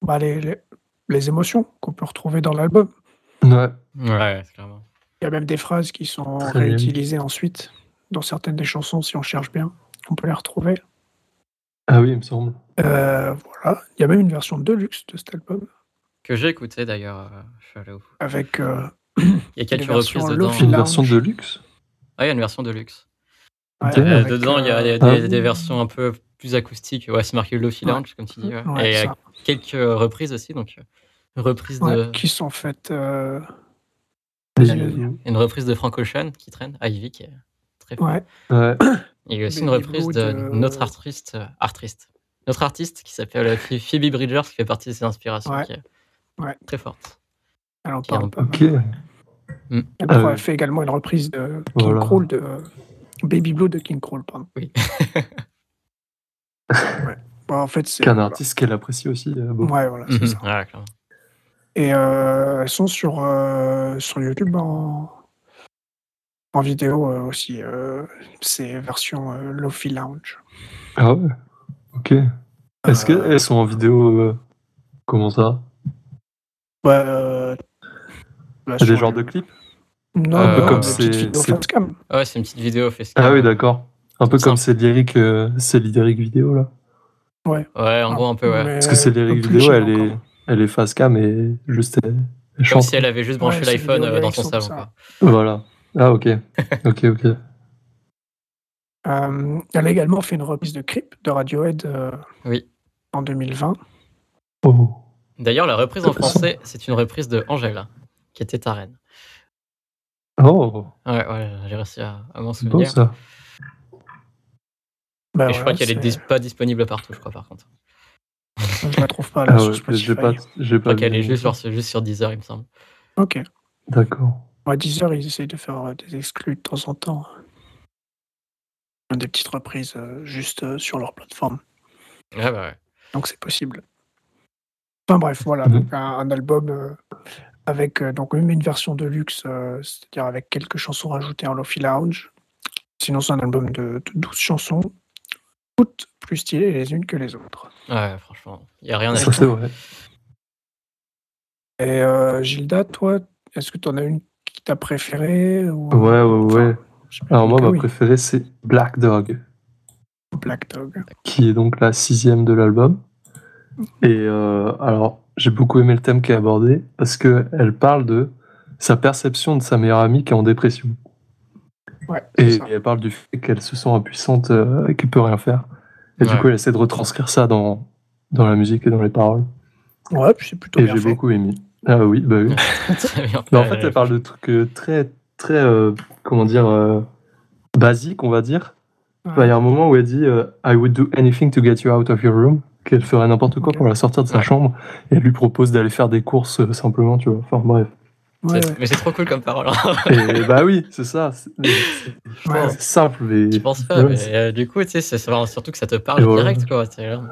B: bah, les, les- les émotions qu'on peut retrouver dans l'album.
C: Ouais,
D: Ouais, c'est clairement.
B: Il y a même des phrases qui sont
C: Très bien.
B: réutilisées ensuite dans certaines des chansons si on cherche bien. On peut les retrouver.
C: ah oui, il me semble.
B: Euh, voilà. Il y a même une version deluxe de cet album
D: Que j'ai écouté d'ailleurs. euh, je suis allé au-
B: avec euh,
D: Il y a quelques
B: Les versions
D: reprises dedans.
B: Lofi.
C: Une
B: Lounge.
C: version de luxe.
D: Ah, il y a une version de luxe.
B: ouais,
C: Ok. Euh,
B: avec,
D: dedans, il y a
B: euh,
D: des, des-
C: Ah.
D: des versions un peu plus acoustique. Ouais, c'est marqué Lofi
B: Ouais.
D: Lounge, comme tu dis. ouais.
B: Ouais,
D: Et à
B: ça.
D: quelques reprises aussi, donc euh, reprise
B: Ouais,
D: de,
B: Qui sont faites. euh,
C: Ouais.
D: une reprise de Frank Ocean qui traîne, Ivy qui est très forte.
B: Ouais. *coughs*
D: Et il y a aussi
B: Mais
D: une
B: au
D: reprise
B: niveau
D: de,
B: de-
D: notre artiste, euh, artiste, notre artiste qui s'appelle euh, Ph- Phoebe Bridgers qui fait partie de ses inspirations,
B: Ouais.
D: qui est
B: Ouais.
D: très forte.
B: Elle en
D: Qui est un
B: parle pas.
C: Ok.
B: mal. Après,
C: Euh,
B: Elle fait également une reprise de King
C: voilà.
B: Cruel, de euh, Baby Blue de King Cruel, pardon.
D: Oui.
B: *laughs* Ouais. Bon, en fait, c'est.
C: Qu'un
B: voilà.
C: artiste qu'elle apprécie aussi. euh, beaucoup.
B: Ouais, voilà, c'est
D: Mhm.
B: ça.
D: Ouais, clairement.
B: Et euh, elles sont sur, euh, sur YouTube en, en vidéo euh, aussi. euh, c'est version euh, Lofi Lounge.
C: Ah ouais. Ok. Est-ce
B: Euh,
C: qu'elles sont en vidéo euh, Comment ça
B: Bah, euh, bah,
C: Des
B: sur
C: genres de
B: le-
C: clips
B: Non,
D: Un peu
B: non,
D: Euh, comme
B: des
C: c'est-
B: petites vidéos
C: c'est-
B: facecam.
D: Ah Ouais, c'est une petite vidéo facecam.
C: Ah oui, d'accord. Un peu
D: C'est
C: comme ces lyriques, euh, ces lyriques vidéo là.
D: Ouais, en gros, un peu, ouais.
B: Ah, Mais,
C: Parce que ces
B: euh,
C: lyriques
B: plus
C: vidéo,
B: chill
C: elle est,
B: encore.
C: elle est face cam et juste elle, elle
D: Comme
C: chante.
D: si elle avait juste branché
B: Ouais, c'est
D: l'iPhone
B: vidéo
D: euh, dans son
B: direction,
D: salon.
B: ça.
D: quoi.
C: Voilà. Ah
D: *laughs*
C: ok. Ok, ok.
B: Euh, elle a également fait une reprise de Creep de Radiohead euh,
D: Oui.
B: en 2020.
C: Oh.
D: D'ailleurs, la reprise en
C: De toute façon.
D: français, c'est une reprise de Angèle, qui était ta reine.
C: Oh,
D: Ouais, ouais, j'ai réussi à, à m'en
C: c'est bon
D: souvenir.
C: ça.
B: Bah,
D: Mais je crois
B: voilà,
D: qu'elle est,
B: c'est-
D: dis- pas disponible partout, je crois, par contre.
B: Je la trouve pas là
C: Ah
B: sur
C: ouais,
B: Spotify.
C: j'ai pas, j'ai
D: Je crois
C: pas.
D: qu'elle
C: vu.
D: est juste, genre, c'est juste sur Deezer, il me semble.
B: Ok.
C: D'accord.
B: Bon, à 10h, ils essayent de faire euh, des exclus de temps en temps. Des petites reprises euh, juste euh, sur leur plateforme.
C: Ah,
D: Ouais, bah ouais.
B: Donc c'est possible. Enfin bref, voilà.
C: Mhm.
B: donc un, un album euh, avec euh, donc une une version de luxe, euh, c'est-à-dire avec quelques chansons rajoutées en Lofi Lounge. Sinon, c'est un album de, de 12 chansons, toutes plus stylées les unes que les autres.
D: Ouais, franchement, il n'y a rien à
C: Ça c'est vrai.
B: Et euh, Gilda, toi, est-ce que tu en as une qui t'a préférée ou...
C: Ouais, ouais, ouais.
B: Enfin,
C: Alors
B: j'imagine
C: moi, ma
B: que Ah oui,
C: préférée, c'est Black Dog,
B: Black Dog.
C: qui est donc la sixième de l'album. Et euh, alors, j'ai beaucoup aimé le thème qui est abordé parce que elle parle de sa perception de sa meilleure amie qui est en dépression.
B: Ouais,
C: Et,
B: c'est ça.
C: et elle parle du fait qu'elle se sent impuissante, euh, et qu'elle peut rien faire. Et
D: Ouais.
C: du coup, elle essaie de retranscrire ça dans, dans la musique et dans les paroles.
B: Ouais, puis c'est plutôt
C: Et
B: bien
C: j'ai
B: fait.
C: beaucoup aimé. Ah oui, bah oui.
D: *laughs* Très bien.
C: Mais en fait, elle parle de trucs euh, très, très, euh, comment dire, euh, basiques, on va dire. Bah, Il y a un moment où elle dit euh, I would do anything to get you out of your room qu'elle ferait n'importe quoi
B: Ok.
C: pour la sortir de sa
D: Ouais.
C: chambre. Et elle lui propose d'aller faire des courses euh, simplement, tu vois. Enfin, bref.
B: Ouais,
D: C'est-
B: ouais.
D: Mais c'est trop cool comme parole. hein,
C: *laughs*
D: *laughs*
C: Et bah oui, c'est ça. C'est c'est-
B: Ouais, ouais.
C: c'est simple. Mais...
D: Je pense pas.
C: Ouais,
D: mais,
C: c'est-
D: euh, du coup, tu sais, c'est- c'est vraiment surtout que ça te parle
C: Et voilà.
D: direct, quoi. C'est vraiment-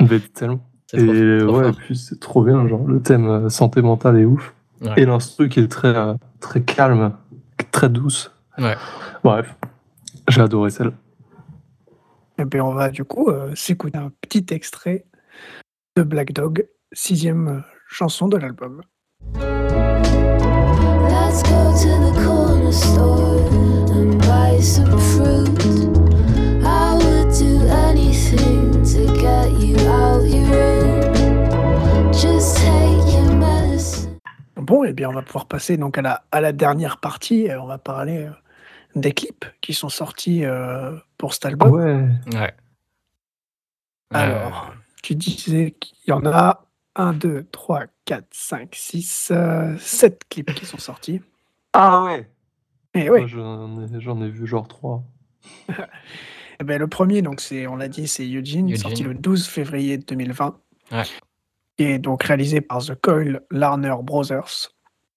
C: mais tellement.
D: c'est
C: Et
D: trop- trop
C: ouais, et
D: fort.
C: puis c'est trop bien. Genre, le thème euh, santé mentale est ouf.
D: Ouais.
C: Et l'instru qui est très, euh, très calme, très douce.
D: Ouais.
C: Bref, j'ai adoré celle-là.
B: Eh bien, on va du coup euh, s'écouter un petit extrait de Black Dog, sixième euh, chanson de l'album.
E: Let's go to the corner store and buy some fruit. I would do anything to get you out your room. Just take your medicine.
B: Bon, eh bien, on va pouvoir passer donc à la, à la dernière partie. et on va parler euh, des clips qui sont sortis euh, pour cet album.
C: Ah Ouais.
D: Ouais.
B: Alors, tu disais qu'il y en a 1, 2, 3, 4, 5, 6, 7 euh, clips qui sont sortis. Eh
C: Ah ouais.
B: Et oui,
C: Moi, J'en ai, j'en ai vu genre trois.
B: eh ben, le premier, donc c'est, on l'a dit, c'est Eugene,
D: Eugene.
B: sorti le 12 février 2020.
D: Ouais.
B: Qui est donc réalisé par The Coil Larner Brothers.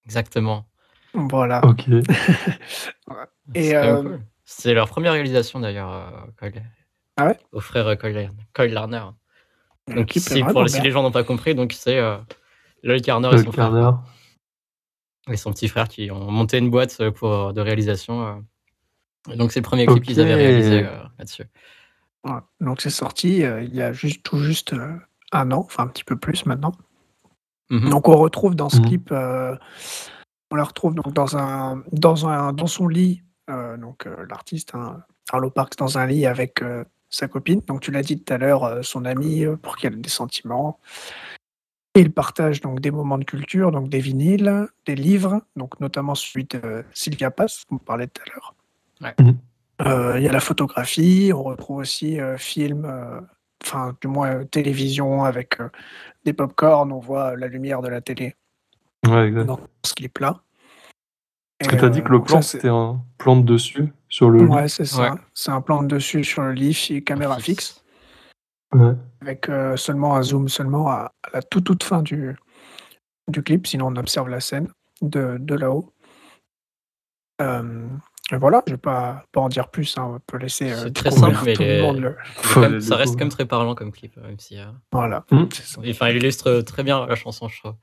D: exactement.
B: Voilà.
D: Ah
C: Ok.
B: Et,
D: C'est quand même
B: euh,
D: cool. C'est leur première réalisation d'ailleurs, euh, Cole-
B: Ah ouais
D: Aux frères euh, Cole, Cole Larner.
B: Le
D: Donc,
B: clip est
D: si,
B: vraiment
D: pour, si
B: bien.
D: les gens n'ont pas compris, donc c'est euh, Lloyd Garner et
C: Le
D: son, frère,
C: quart d'heure.
D: et son petit frère qui ont monté une boîte euh, pour, de réalisation. euh. Et Donc, c'est le premier clip qu'ils avaient
C: Ok.
D: réalisé euh, là-dessus.
B: Ouais. Donc c'est sorti euh, il y a juste, tout juste euh, un an, enfin un petit peu plus maintenant.
D: Mhm.
B: Donc on retrouve dans ce
C: Mhm.
B: clip, euh, on la retrouve donc dans un dans un dans son lit, euh, donc euh, l'artiste hein, Arlo Parks dans un lit avec euh, sa copine. Donc tu l'as dit tout à l'heure, euh, son amie euh, pour qu'elle ait des sentiments. Et il partage donc des moments de culture, donc des vinyles, euh, des livres, donc notamment celui de Sylvia Pass, qu'on parlait tout à l'heure.
D: Ouais.
C: Mhm.
B: Euh, Il y a la photographie, on retrouve aussi euh, film, euh, enfin du moins euh, télévision avec euh, des pop-corn, on voit la lumière de la télé
C: Ouais, exact.
B: dans ce clip-là.
C: Parce que t'as dit
B: euh,
C: que le plan, c'était un plan de dessus sur le. lit.
B: Ouais, c'est ça.
D: Ouais.
B: C'est un plan de dessus sur le lit, fi- caméra fixe,
C: Ouais.
B: avec euh, seulement un zoom seulement à, à la toute, toute fin du, du clip, sinon on observe la scène de, de là-haut. Euh, et voilà, je vais pas, pas en dire plus, hein, on peut laisser euh,
D: C'est très
B: découvrir
D: simple, mais
B: tout
D: les-
B: le monde le-
D: Quand même,
C: Ouais,
D: ça reste
C: le-
D: quand même très parlant comme clip, même si. euh,
B: Voilà.
C: Hmm.
B: c'est ça.
D: Enfin, il illustre très bien la chanson, je trouve.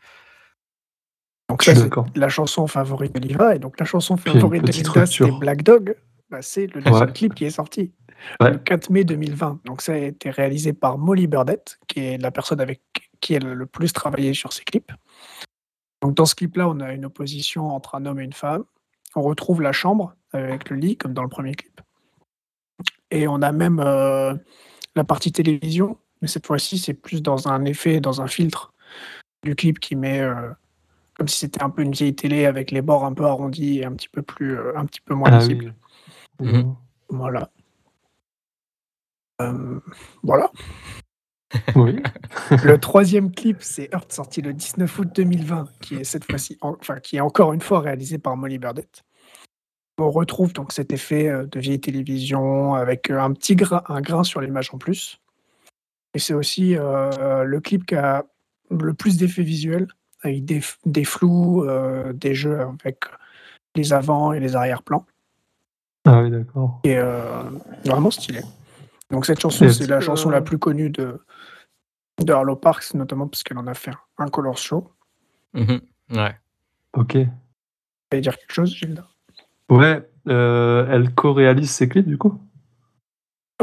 B: Donc
C: Je
B: ça,
C: suis
B: c'est
C: d'accord.
B: la chanson favorite d'Oliva. Et donc la chanson
C: y a une
B: favorite
C: petite
B: d'Oliva, c'était
C: rupture.
B: Black Dog. Bah, c'est le deuxième
C: Ouais.
B: clip qui est sorti
C: Ouais.
B: le 4 mai 2020. Donc ça a été réalisé par Molly Burdett, qui est la personne avec qui elle a le plus travaillé sur ces clips. Donc dans ce clip-là, on a une opposition entre un homme et une femme. On retrouve la chambre euh, avec le lit, comme dans le premier clip. Et on a même euh, la partie télévision, mais cette fois-ci, c'est plus dans un effet, dans un filtre du clip qui met euh, comme si c'était un peu une vieille télé avec les bords un peu arrondis et un petit peu plus, euh, un petit peu moins
C: Ah
B: lisible.
C: oui.
D: Mhm.
B: Voilà. Euh, voilà.
C: Oui.
B: Le troisième clip, c'est Heart, sorti le 19 août 2020, qui est cette fois-ci, en- enfin, qui est encore une fois réalisé par Molly Burdett. On retrouve donc cet effet euh, de vieille télévision avec euh, un petit grain, un grain sur l'image en plus. Et c'est aussi euh, le clip qui a le plus d'effets visuels, avec des, f- des flous, euh, des jeux avec les avant et les arrière-plans.
C: Ah oui, d'accord.
B: Et euh, vraiment stylé. Donc cette chanson,
C: Et
B: c'est la
C: petit-
B: chanson la plus connue de, de Harlow Parks, notamment parce qu'elle en a fait un color show.
D: Mhm. Ouais.
C: Ok.
B: Tu dire quelque chose, Gilda
C: Ouais, euh, elle co-réalise ses clips du coup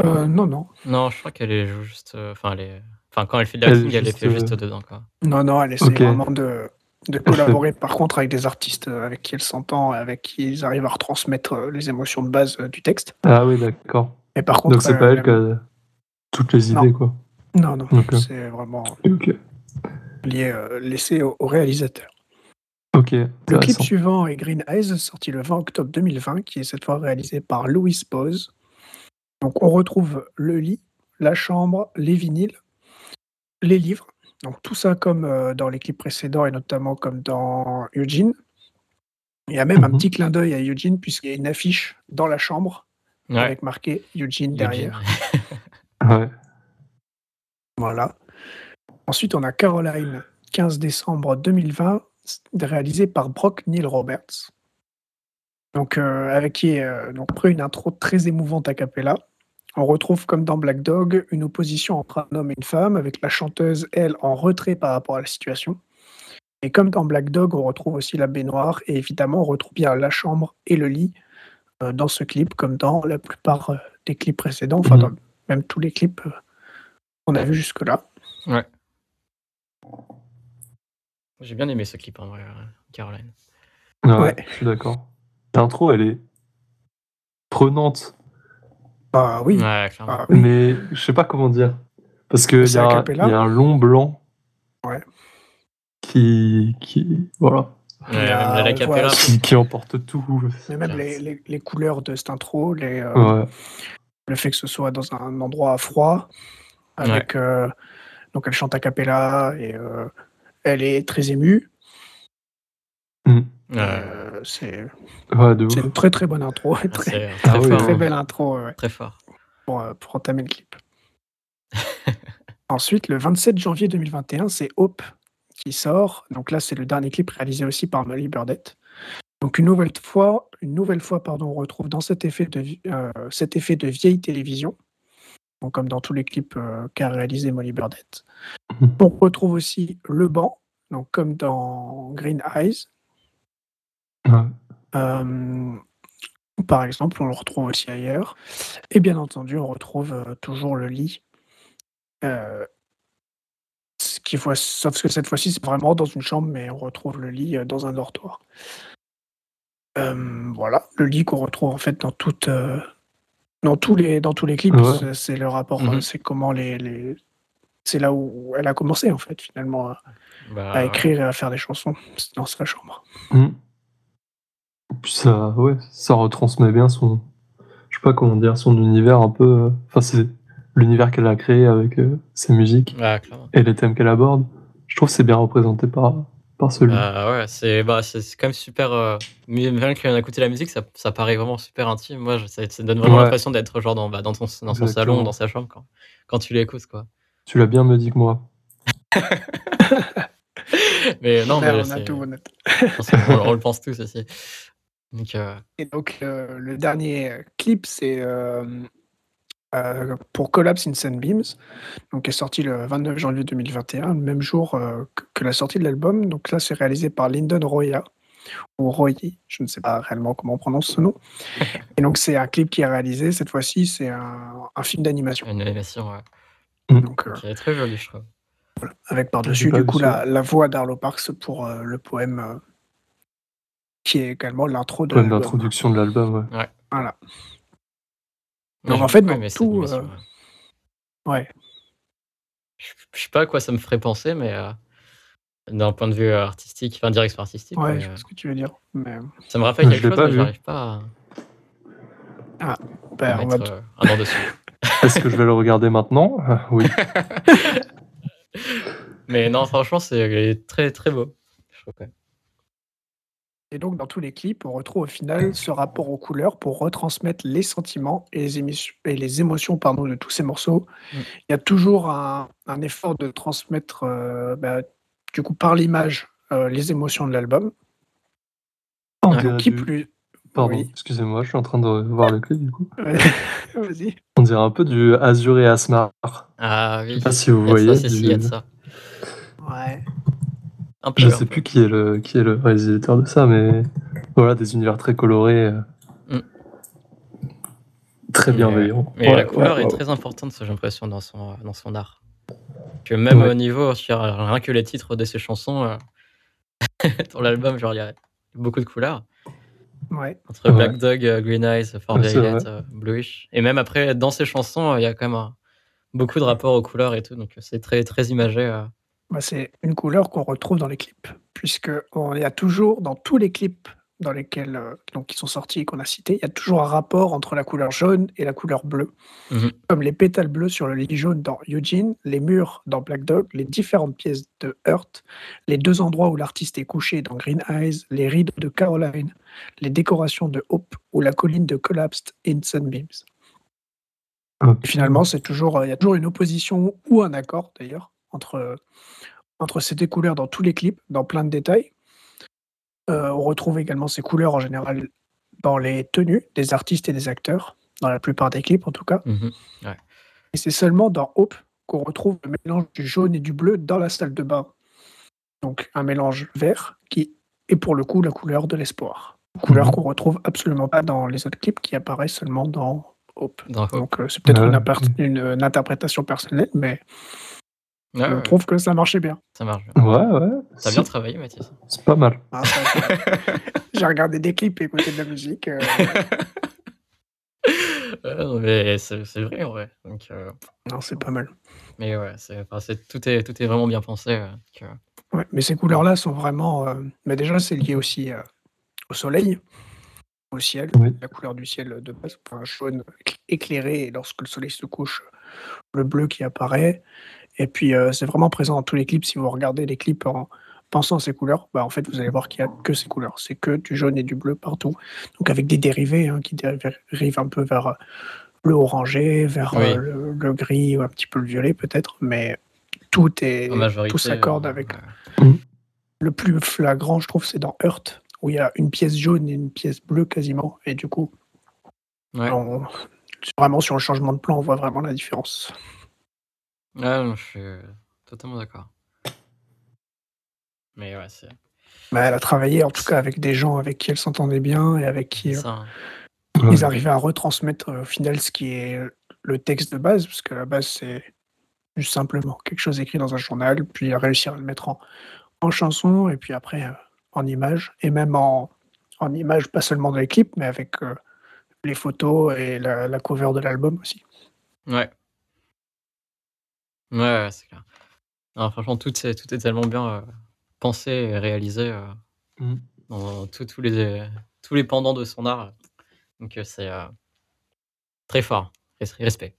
B: Euh, Non, non.
D: Non, je crois qu'elle est juste. euh, Enfin, elle est- Enfin, quand elle fait de
C: Elle est
D: l'acting, elle est
C: juste,
D: fait juste
C: euh,
D: dedans, quoi.
B: Non, non, elle essaie
C: Ok.
B: vraiment de, de collaborer par contre avec des artistes euh, avec qui elle s'entend, avec qui ils arrivent à retransmettre euh, les émotions de base euh, du texte.
C: Ah oui, d'accord.
B: Mais par contre,
C: Donc c'est
B: euh,
C: pas elle qui a toutes les
B: Non.
C: idées quoi.
B: Non, non,
C: Ok.
B: c'est vraiment
C: Ok.
B: lié, euh, laissé au, au réalisateur.
C: Ok.
B: Le clip
C: intéressant.
B: suivant est Green Eyes, sorti le 20 octobre 2020, qui est cette fois réalisé par Louis Pose. Donc on retrouve le lit, la chambre, les vinyles, les livres. Donc tout ça comme euh, dans les clips précédents et notamment comme dans Eugene. Il y a même un
C: Mhm.
B: petit clin d'œil à Eugene puisqu'il y a une affiche dans la chambre
D: Ouais.
B: avec marqué Eugene derrière.
C: Ouais.
B: Voilà. Ensuite, on a Caroline, 15 décembre 2020, réalisé par Brock Neil Roberts. Donc, euh, avec qui, euh, donc, après une intro très émouvante a cappella, on retrouve, comme dans Black Dog, une opposition entre un homme et une femme, avec la chanteuse, elle, en retrait par rapport à la situation. Et comme dans Black Dog, on retrouve aussi la baignoire, et évidemment, on retrouve bien la chambre et le lit euh, dans ce clip, comme dans la plupart euh, des clips précédents, enfin,
C: Mhm.
B: dans même tous les clips euh, qu'on a vus jusque-là.
D: *laughs* J'ai bien aimé ce clip, en vrai, euh, Caroline.
C: Ouais,
B: Ouais.
C: Je suis d'accord. L'intro, elle est prenante,
B: Bah oui.
D: Ouais, clairement.
B: Ah oui.
C: mais je sais pas comment dire. Parce que il y,
B: C'est
C: a
B: a
C: un-
B: cappella.
C: il y a un long blanc.
B: Ouais.
C: Qui, qui, voilà,
B: Ah,
D: Ouais, même la- la
B: on
D: capella.
B: voit-
C: qui, qui emporte tout.
B: Mais même les, les- les couleurs de cette intro, les, euh,
C: Ouais.
B: le fait que ce soit dans un endroit froid, avec euh, donc elle chante a cappella et euh, elle est très émue.
D: Ouais,
B: Euh, c'est
C: Mm. Ouais, de ouf.
B: c'est une très très bonne intro, *laughs* et
D: ah,
B: très,
D: C'est très
C: Ah oui,
D: fort.
B: très
D: hein.
B: belle intro ouais,
D: Très fort.
B: pour, euh, pour entamer le clip. *laughs* Ensuite, le 27 janvier 2021, c'est Hope qui sort. Donc là, c'est le dernier clip réalisé aussi par Molly Burdett. Donc une nouvelle fois, une nouvelle fois pardon, on retrouve dans cet effet de, vi- euh, cet effet de vieille télévision, donc comme dans tous les clips euh, qu'a réalisé Molly Burdett.
C: Mhm.
B: On retrouve aussi le banc, donc comme dans Green Eyes.
C: Ouais.
B: Euh, par exemple, on le retrouve aussi ailleurs. Et bien entendu, on retrouve euh, toujours le lit. Euh, ce qui fois- sauf que cette fois-ci, c'est vraiment dans une chambre, mais on retrouve le lit euh, dans un dortoir. Euh, voilà, le lit qu'on retrouve en fait dans toute, euh, dans tous les, dans tous les clips.
C: Ouais.
B: C'est- C'est le rapport,
D: Mhm.
B: euh, c'est comment les, les- c'est là où elle a commencé en fait finalement à,
D: Bah,
B: à écrire et à faire des chansons c'est dans sa chambre.
C: Mm. Puis ça, ouais, ça retransmet bien son. Je sais pas comment dire, son univers un peu. euh, Enfin, c'est l'univers qu'elle a créé avec euh, ses musiques
D: Ah, clairement.
C: et les thèmes qu'elle aborde. Je trouve que c'est bien représenté par, par celui.
D: Ah ouais, c'est bah, c'est c'est quand même super. euh, mais même qu'on a écouté la musique, ça, ça paraît vraiment super intime. Moi, je- ça, ça donne vraiment
C: Ouais.
D: l'impression d'être genre dans, bah, dans, ton, dans son
C: Exactement.
D: salon, dans sa chambre quand, quand tu l'écoutes, quoi.
C: Tu l'as bien me dit que moi.
D: Mais non,
B: Là,
D: mais
B: on a
D: c'est-
B: tout, on a tout.
D: je pense
B: *laughs*
D: qu'on- on, le pense tous aussi. Donc, euh,
B: Et donc, euh, le dernier euh, clip, c'est euh, euh, pour Collapse in Sunbeams, donc, qui est sorti le 29 janvier 2021, le même jour euh, que- que la sortie de l'album. Donc là, c'est réalisé par Lyndon Roya, ou Roy, je ne sais pas réellement comment on prononce ce nom. Et donc, c'est un clip qui est réalisé, cette fois-ci, c'est un, un film d'animation.
D: une animation ouais,
B: Donc, euh,
D: qui est très jolie, je trouve.
B: avec
C: J'ai
B: par-dessus
C: pas
B: du
C: vu
B: coup la,
C: ça.
B: la voix d'Arlo Parks pour euh, le poème euh, qui est également l'intro de
C: Poème
B: l'album.
C: d'introduction de l'album, ouais.
D: Moi,
B: Donc, en
D: j'ai
B: fait,
D: beaucoup
B: dans
D: aimé cette
B: tout,
D: animation,
B: euh,
D: ouais.
B: Ouais,
D: je, je sais pas à quoi ça me ferait penser, mais euh, d'un point de vue euh, artistique, enfin direction artistique,
B: ouais,
D: mais,
B: je
D: euh,
B: vois ce que tu veux dire. Mais,
D: ça me rappelle
C: Je
D: quelque
C: l'ai
D: chose,
C: pas
D: mais
C: vu.
D: j'arrive pas à
B: bah, on va
D: mettre euh, un nom dessus.
C: Est-ce que je vais le regarder maintenant Ah,
D: *laughs*
C: Oui.
D: Mais non, franchement, c'est il est très très beau. Je trouve, ouais.
B: Et donc, dans tous les clips, on retrouve au
D: *coughs*
B: final ce rapport aux couleurs pour retransmettre les sentiments et les, émissions- et les émotions pardon, de tous ces morceaux.
D: Mm.
B: Il y a toujours un, un effort de transmettre, euh, bah, du coup, par l'image, euh, les émotions de l'album.
C: On
D: Ouais.
C: dirait
B: Qui
C: du-
D: *laughs*
B: plus.
C: Pardon,
B: oui.
C: excusez-moi, je suis en train de voir le clip du coup.
B: *laughs* Vas-y.
C: On dirait un peu du Azur et Asmar.
D: Ah
C: Je
D: oui.
C: sais pas si vous
D: Il y
C: voyez.
D: a de ça, c'est si, il y a de
C: du-
D: ça.
B: Ouais.
D: Un peu.
C: Je
D: hein. un
C: sais
D: peu.
C: plus qui est le qui est le réalisateur de ça, mais voilà, des univers très colorés, euh,
D: Mm.
C: très
D: Mais,
C: bienveillants.
D: Mais
C: Ouais,
D: la couleur
C: ouais,
D: est
C: ouais.
D: très importante, ça, j'ai l'impression, dans son, euh, dans son art. Que même
C: Ouais.
D: au niveau, sur, euh, rien que les titres de ses chansons, euh, *laughs* dans l'album, genre, il y a beaucoup de couleurs.
B: Ouais.
D: Entre
C: Ouais.
D: Black Dog, euh, Green Eyes, Fort
C: Ouais, c'est
D: Violet, euh, Bluish. Et même après, dans ses chansons, euh, il y a quand même un- beaucoup de rapports aux couleurs et tout. Donc euh, c'est très, très imagé. euh.
B: Bah, c'est une couleur qu'on retrouve dans les clips, puisque on il y a toujours dans tous les clips dans lesquels euh, donc qui sont sortis et qu'on a cités, il y a toujours un rapport entre la couleur jaune et la couleur bleue.
D: Mhm.
B: Comme les pétales bleus sur le lit jaune dans Eugene, les murs dans Black Dog, les différentes pièces de Hurt, les deux endroits où l'artiste est couché dans Green Eyes, les rideaux de Caroline, les décorations de Hope ou la colline de Collapsed in Sunbeams.
C: Hop.
B: Et finalement, c'est toujours, euh, il y a toujours une opposition ou un accord d'ailleurs entre, euh, entre ces deux couleurs dans tous les clips, dans plein de détails. Euh, on retrouve également ces couleurs en général dans les tenues des artistes et des acteurs, dans la plupart des clips en tout cas.
D: Mhm.
B: Et c'est seulement dans Hope qu'on retrouve le mélange du jaune et du bleu dans la salle de bain. Donc un mélange vert qui est pour le coup la couleur de l'espoir. Une Couleur
C: Mhm.
B: qu'on retrouve absolument pas dans les autres clips qui apparaissent seulement dans Hope.
D: Dans-
B: Donc euh, c'est peut-être
C: Ouais.
B: une, appart- une, euh, une interprétation personnelle, mais
D: Ouais,
B: je
D: ouais,
B: trouve que ça marchait bien.
D: Ah, ça marche.
C: Ouais, ouais.
D: T'as
C: C'est
D: bien travaillé, Mathis. *laughs*
C: c'est pas mal.
B: Ah, *laughs* ça, j'ai- J'ai regardé des clips et écouté de la musique. euh,
D: Ouais, non, mais c'est c'est vrai, en vrai. Donc, euh,
B: non, c'est pas mal.
D: mais ouais, c'est enfin, c'est- tout, est, tout est vraiment bien pensé. euh, que-
B: Ouais, mais ces couleurs-là sont vraiment. euh, Mais déjà, c'est lié aussi euh, au soleil, au ciel,
C: Oui.
B: la couleur du ciel de base, enfin, jaune écl- éclairé, et lorsque le soleil se couche, le bleu qui apparaît. Et puis, euh, c'est vraiment présent dans tous les clips. Si vous regardez les clips en pensant à ces couleurs, bah, en fait, vous allez voir qu'il n'y a que ces couleurs. C'est que du jaune et du bleu partout. Donc, avec des dérivés hein, qui dérivent un peu vers euh, le orangé, vers
D: Oui.
B: euh, le, le gris, ou un petit peu le violet peut-être, mais tout est.
D: en majorité.
B: tout s'accorde
D: euh,
B: avec
D: ouais.
B: Le plus flagrant, je trouve, c'est dans Hurt, où il y a une pièce jaune et une pièce bleue quasiment. Et du coup,
D: Ouais.
B: on- vraiment sur le changement de plan, on voit vraiment la différence.
D: Ouais, non, je suis totalement d'accord. Mais ouais, c'est
B: Mais elle a travaillé en tout cas avec des gens avec qui elle s'entendait bien et avec qui euh,
D: ça. hein.
B: ils
C: Ouais.
B: arrivaient à retransmettre euh, au final ce qui est euh, le texte de base, parce que la base c'est juste simplement quelque chose écrit dans un journal, puis réussir à le mettre en, en chanson, et puis après euh, en image, et même en, en image, pas seulement dans les clips, mais avec euh, les photos et la, la cover de l'album aussi.
D: Ouais. Ouais, ouais, c'est clair. Non, franchement, tout est, tout est tellement bien euh, pensé et réalisé euh,
B: Mmh.
C: Mhm.
D: dans, tout- tous, les, tous les pendants de son art. Donc, euh, c'est. euh, Très fort. Res- Respect.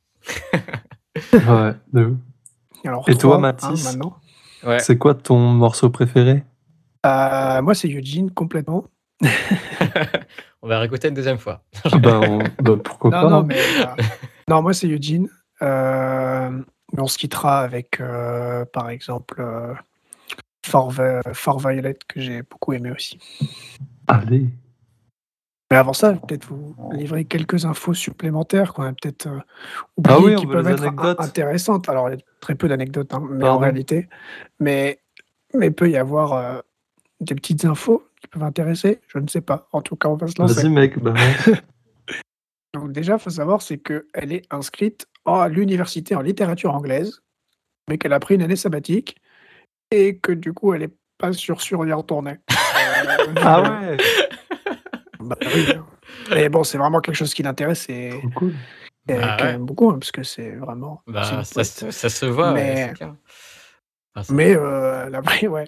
C: Ouais, de ouf.
B: Alors,
C: Et toi,
B: trois, hein,
C: Mathis
B: maintenant.
D: Ouais.
C: C'est quoi ton morceau
D: *laughs*
C: préféré
B: Euh, moi, c'est Eugene, complètement.
D: On va réécouter une deuxième fois.
C: bah, on- bah, pourquoi
B: Non,
C: pas
B: non,
C: hein.
B: mais,
C: *laughs*
B: euh, non, moi, c'est Eugene. Euh, mais on se quittera avec, euh, par exemple, euh, Fort, Vi- Fort Violet, que j'ai beaucoup aimé aussi.
C: Allez.
B: Mais avant ça, je vais peut-être vous livrer quelques infos supplémentaires qu'on a peut-être euh,
C: Ah
B: oubliées,
C: oui, on
B: qui
C: veut
B: peuvent
C: les
B: être in-
C: anecdotes.
B: intéressantes. Alors, il y a très peu d'anecdotes, hein, mais en
C: Pardon.
B: réalité. Mais mais peut y avoir euh, des petites infos qui peuvent intéresser. Je ne sais pas. En tout cas, on va se lancer.
C: Vas-y, mec. Bah, ouais.
B: *laughs* Donc déjà, faut savoir, c'est qu'elle est inscrite en- à l'université en littérature anglaise, mais qu'elle a pris une année sabbatique et que du coup, elle n'est pas sûre sûre d'y
D: *laughs*
B: retourner. Euh,
C: ah ouais
B: bah oui, hein. Mais bon, c'est vraiment quelque chose qui l'intéresse et,
C: trop cool.
B: et
D: Bah
B: quand
D: ouais.
B: même beaucoup, hein, parce que c'est vraiment... c'est
D: Bah,
B: une
D: ça,
B: poète.
D: se- ça se voit, ouais,
B: Mais-
D: c'est clair. Enfin, c'est-
B: Mais euh, elle a pris, ouais.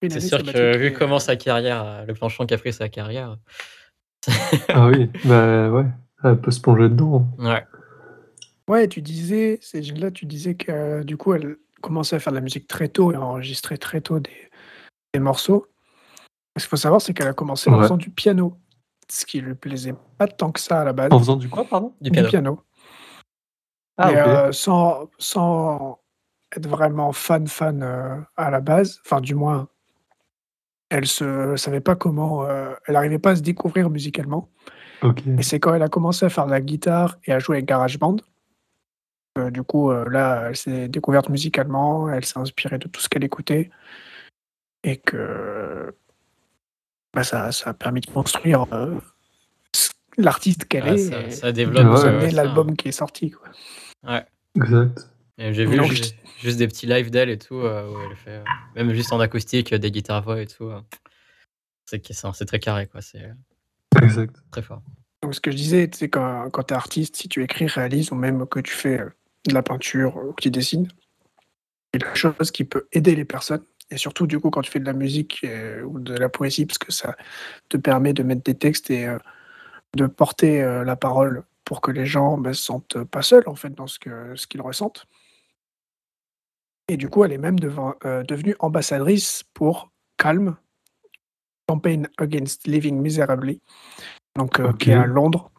B: une
D: c'est
B: année
D: sûr que
B: sabbatique
D: vu
B: et-
D: comment sa carrière, euh, le planchon qu'a pris sa carrière,
C: Ah oui, bah ouais. Elle peut se plonger dedans.
D: ouais,
B: Ouais, tu disais, ces là tu disais que euh, du coup, elle commençait à faire de la musique très tôt et à enregistrer très tôt des, des morceaux. Ce qu'il faut savoir, c'est qu'elle a commencé en
C: Ouais.
B: faisant du piano, ce qui lui plaisait pas tant que ça à la base,
C: En faisant du quoi, pardon
D: du piano.
C: Ah,
B: Et,
C: ok.
B: euh, sans, sans être vraiment fan fan euh, à la base, enfin du moins, elle se savait pas comment, euh, elle n'arrivait pas à se découvrir musicalement.
C: ok.
B: Et c'est quand elle a commencé à faire de la guitare et à jouer avec GarageBand. que, du coup, euh, là, elle s'est découverte musicalement, elle s'est inspirée de tout ce qu'elle écoutait. Et que bah, ça, ça a permis de construire euh, ce- l'artiste qu'elle
D: Ouais,
B: est.
D: Ah, ça,
B: et
D: ça développe.
C: Ouais,
B: vous
D: euh,
B: amener
D: ça.
B: l'album qui est sorti. quoi.
C: Exact.
D: Et J'ai
B: Mais
D: vu
B: donc,
D: juste, juste des petits lives d'elle et tout, euh, où elle fait, euh, même juste en acoustique, euh, des guitares-voix et tout. euh, c'est que- c'est c'est très carré, quoi. C'est euh,
C: Exact.
D: très fort.
B: Donc, ce que je disais, c'est quand, quand tu es artiste, si tu écris, réalises, ou même que tu fais euh, de la peinture ou que tu dessines, c'est quelque chose qui peut aider les personnes. Et surtout, du coup, quand tu fais de la musique euh, ou de la poésie, parce que ça te permet de mettre des textes et euh, de porter euh, la parole pour que les gens ne se sentent euh, pas seuls, en fait, dans ce que- ce qu'ils ressentent. Et du coup, elle est même devin- euh, devenue ambassadrice pour Calm, Campaign Against Living Miserably, donc, euh, qui est
C: Ok.
B: à Londres.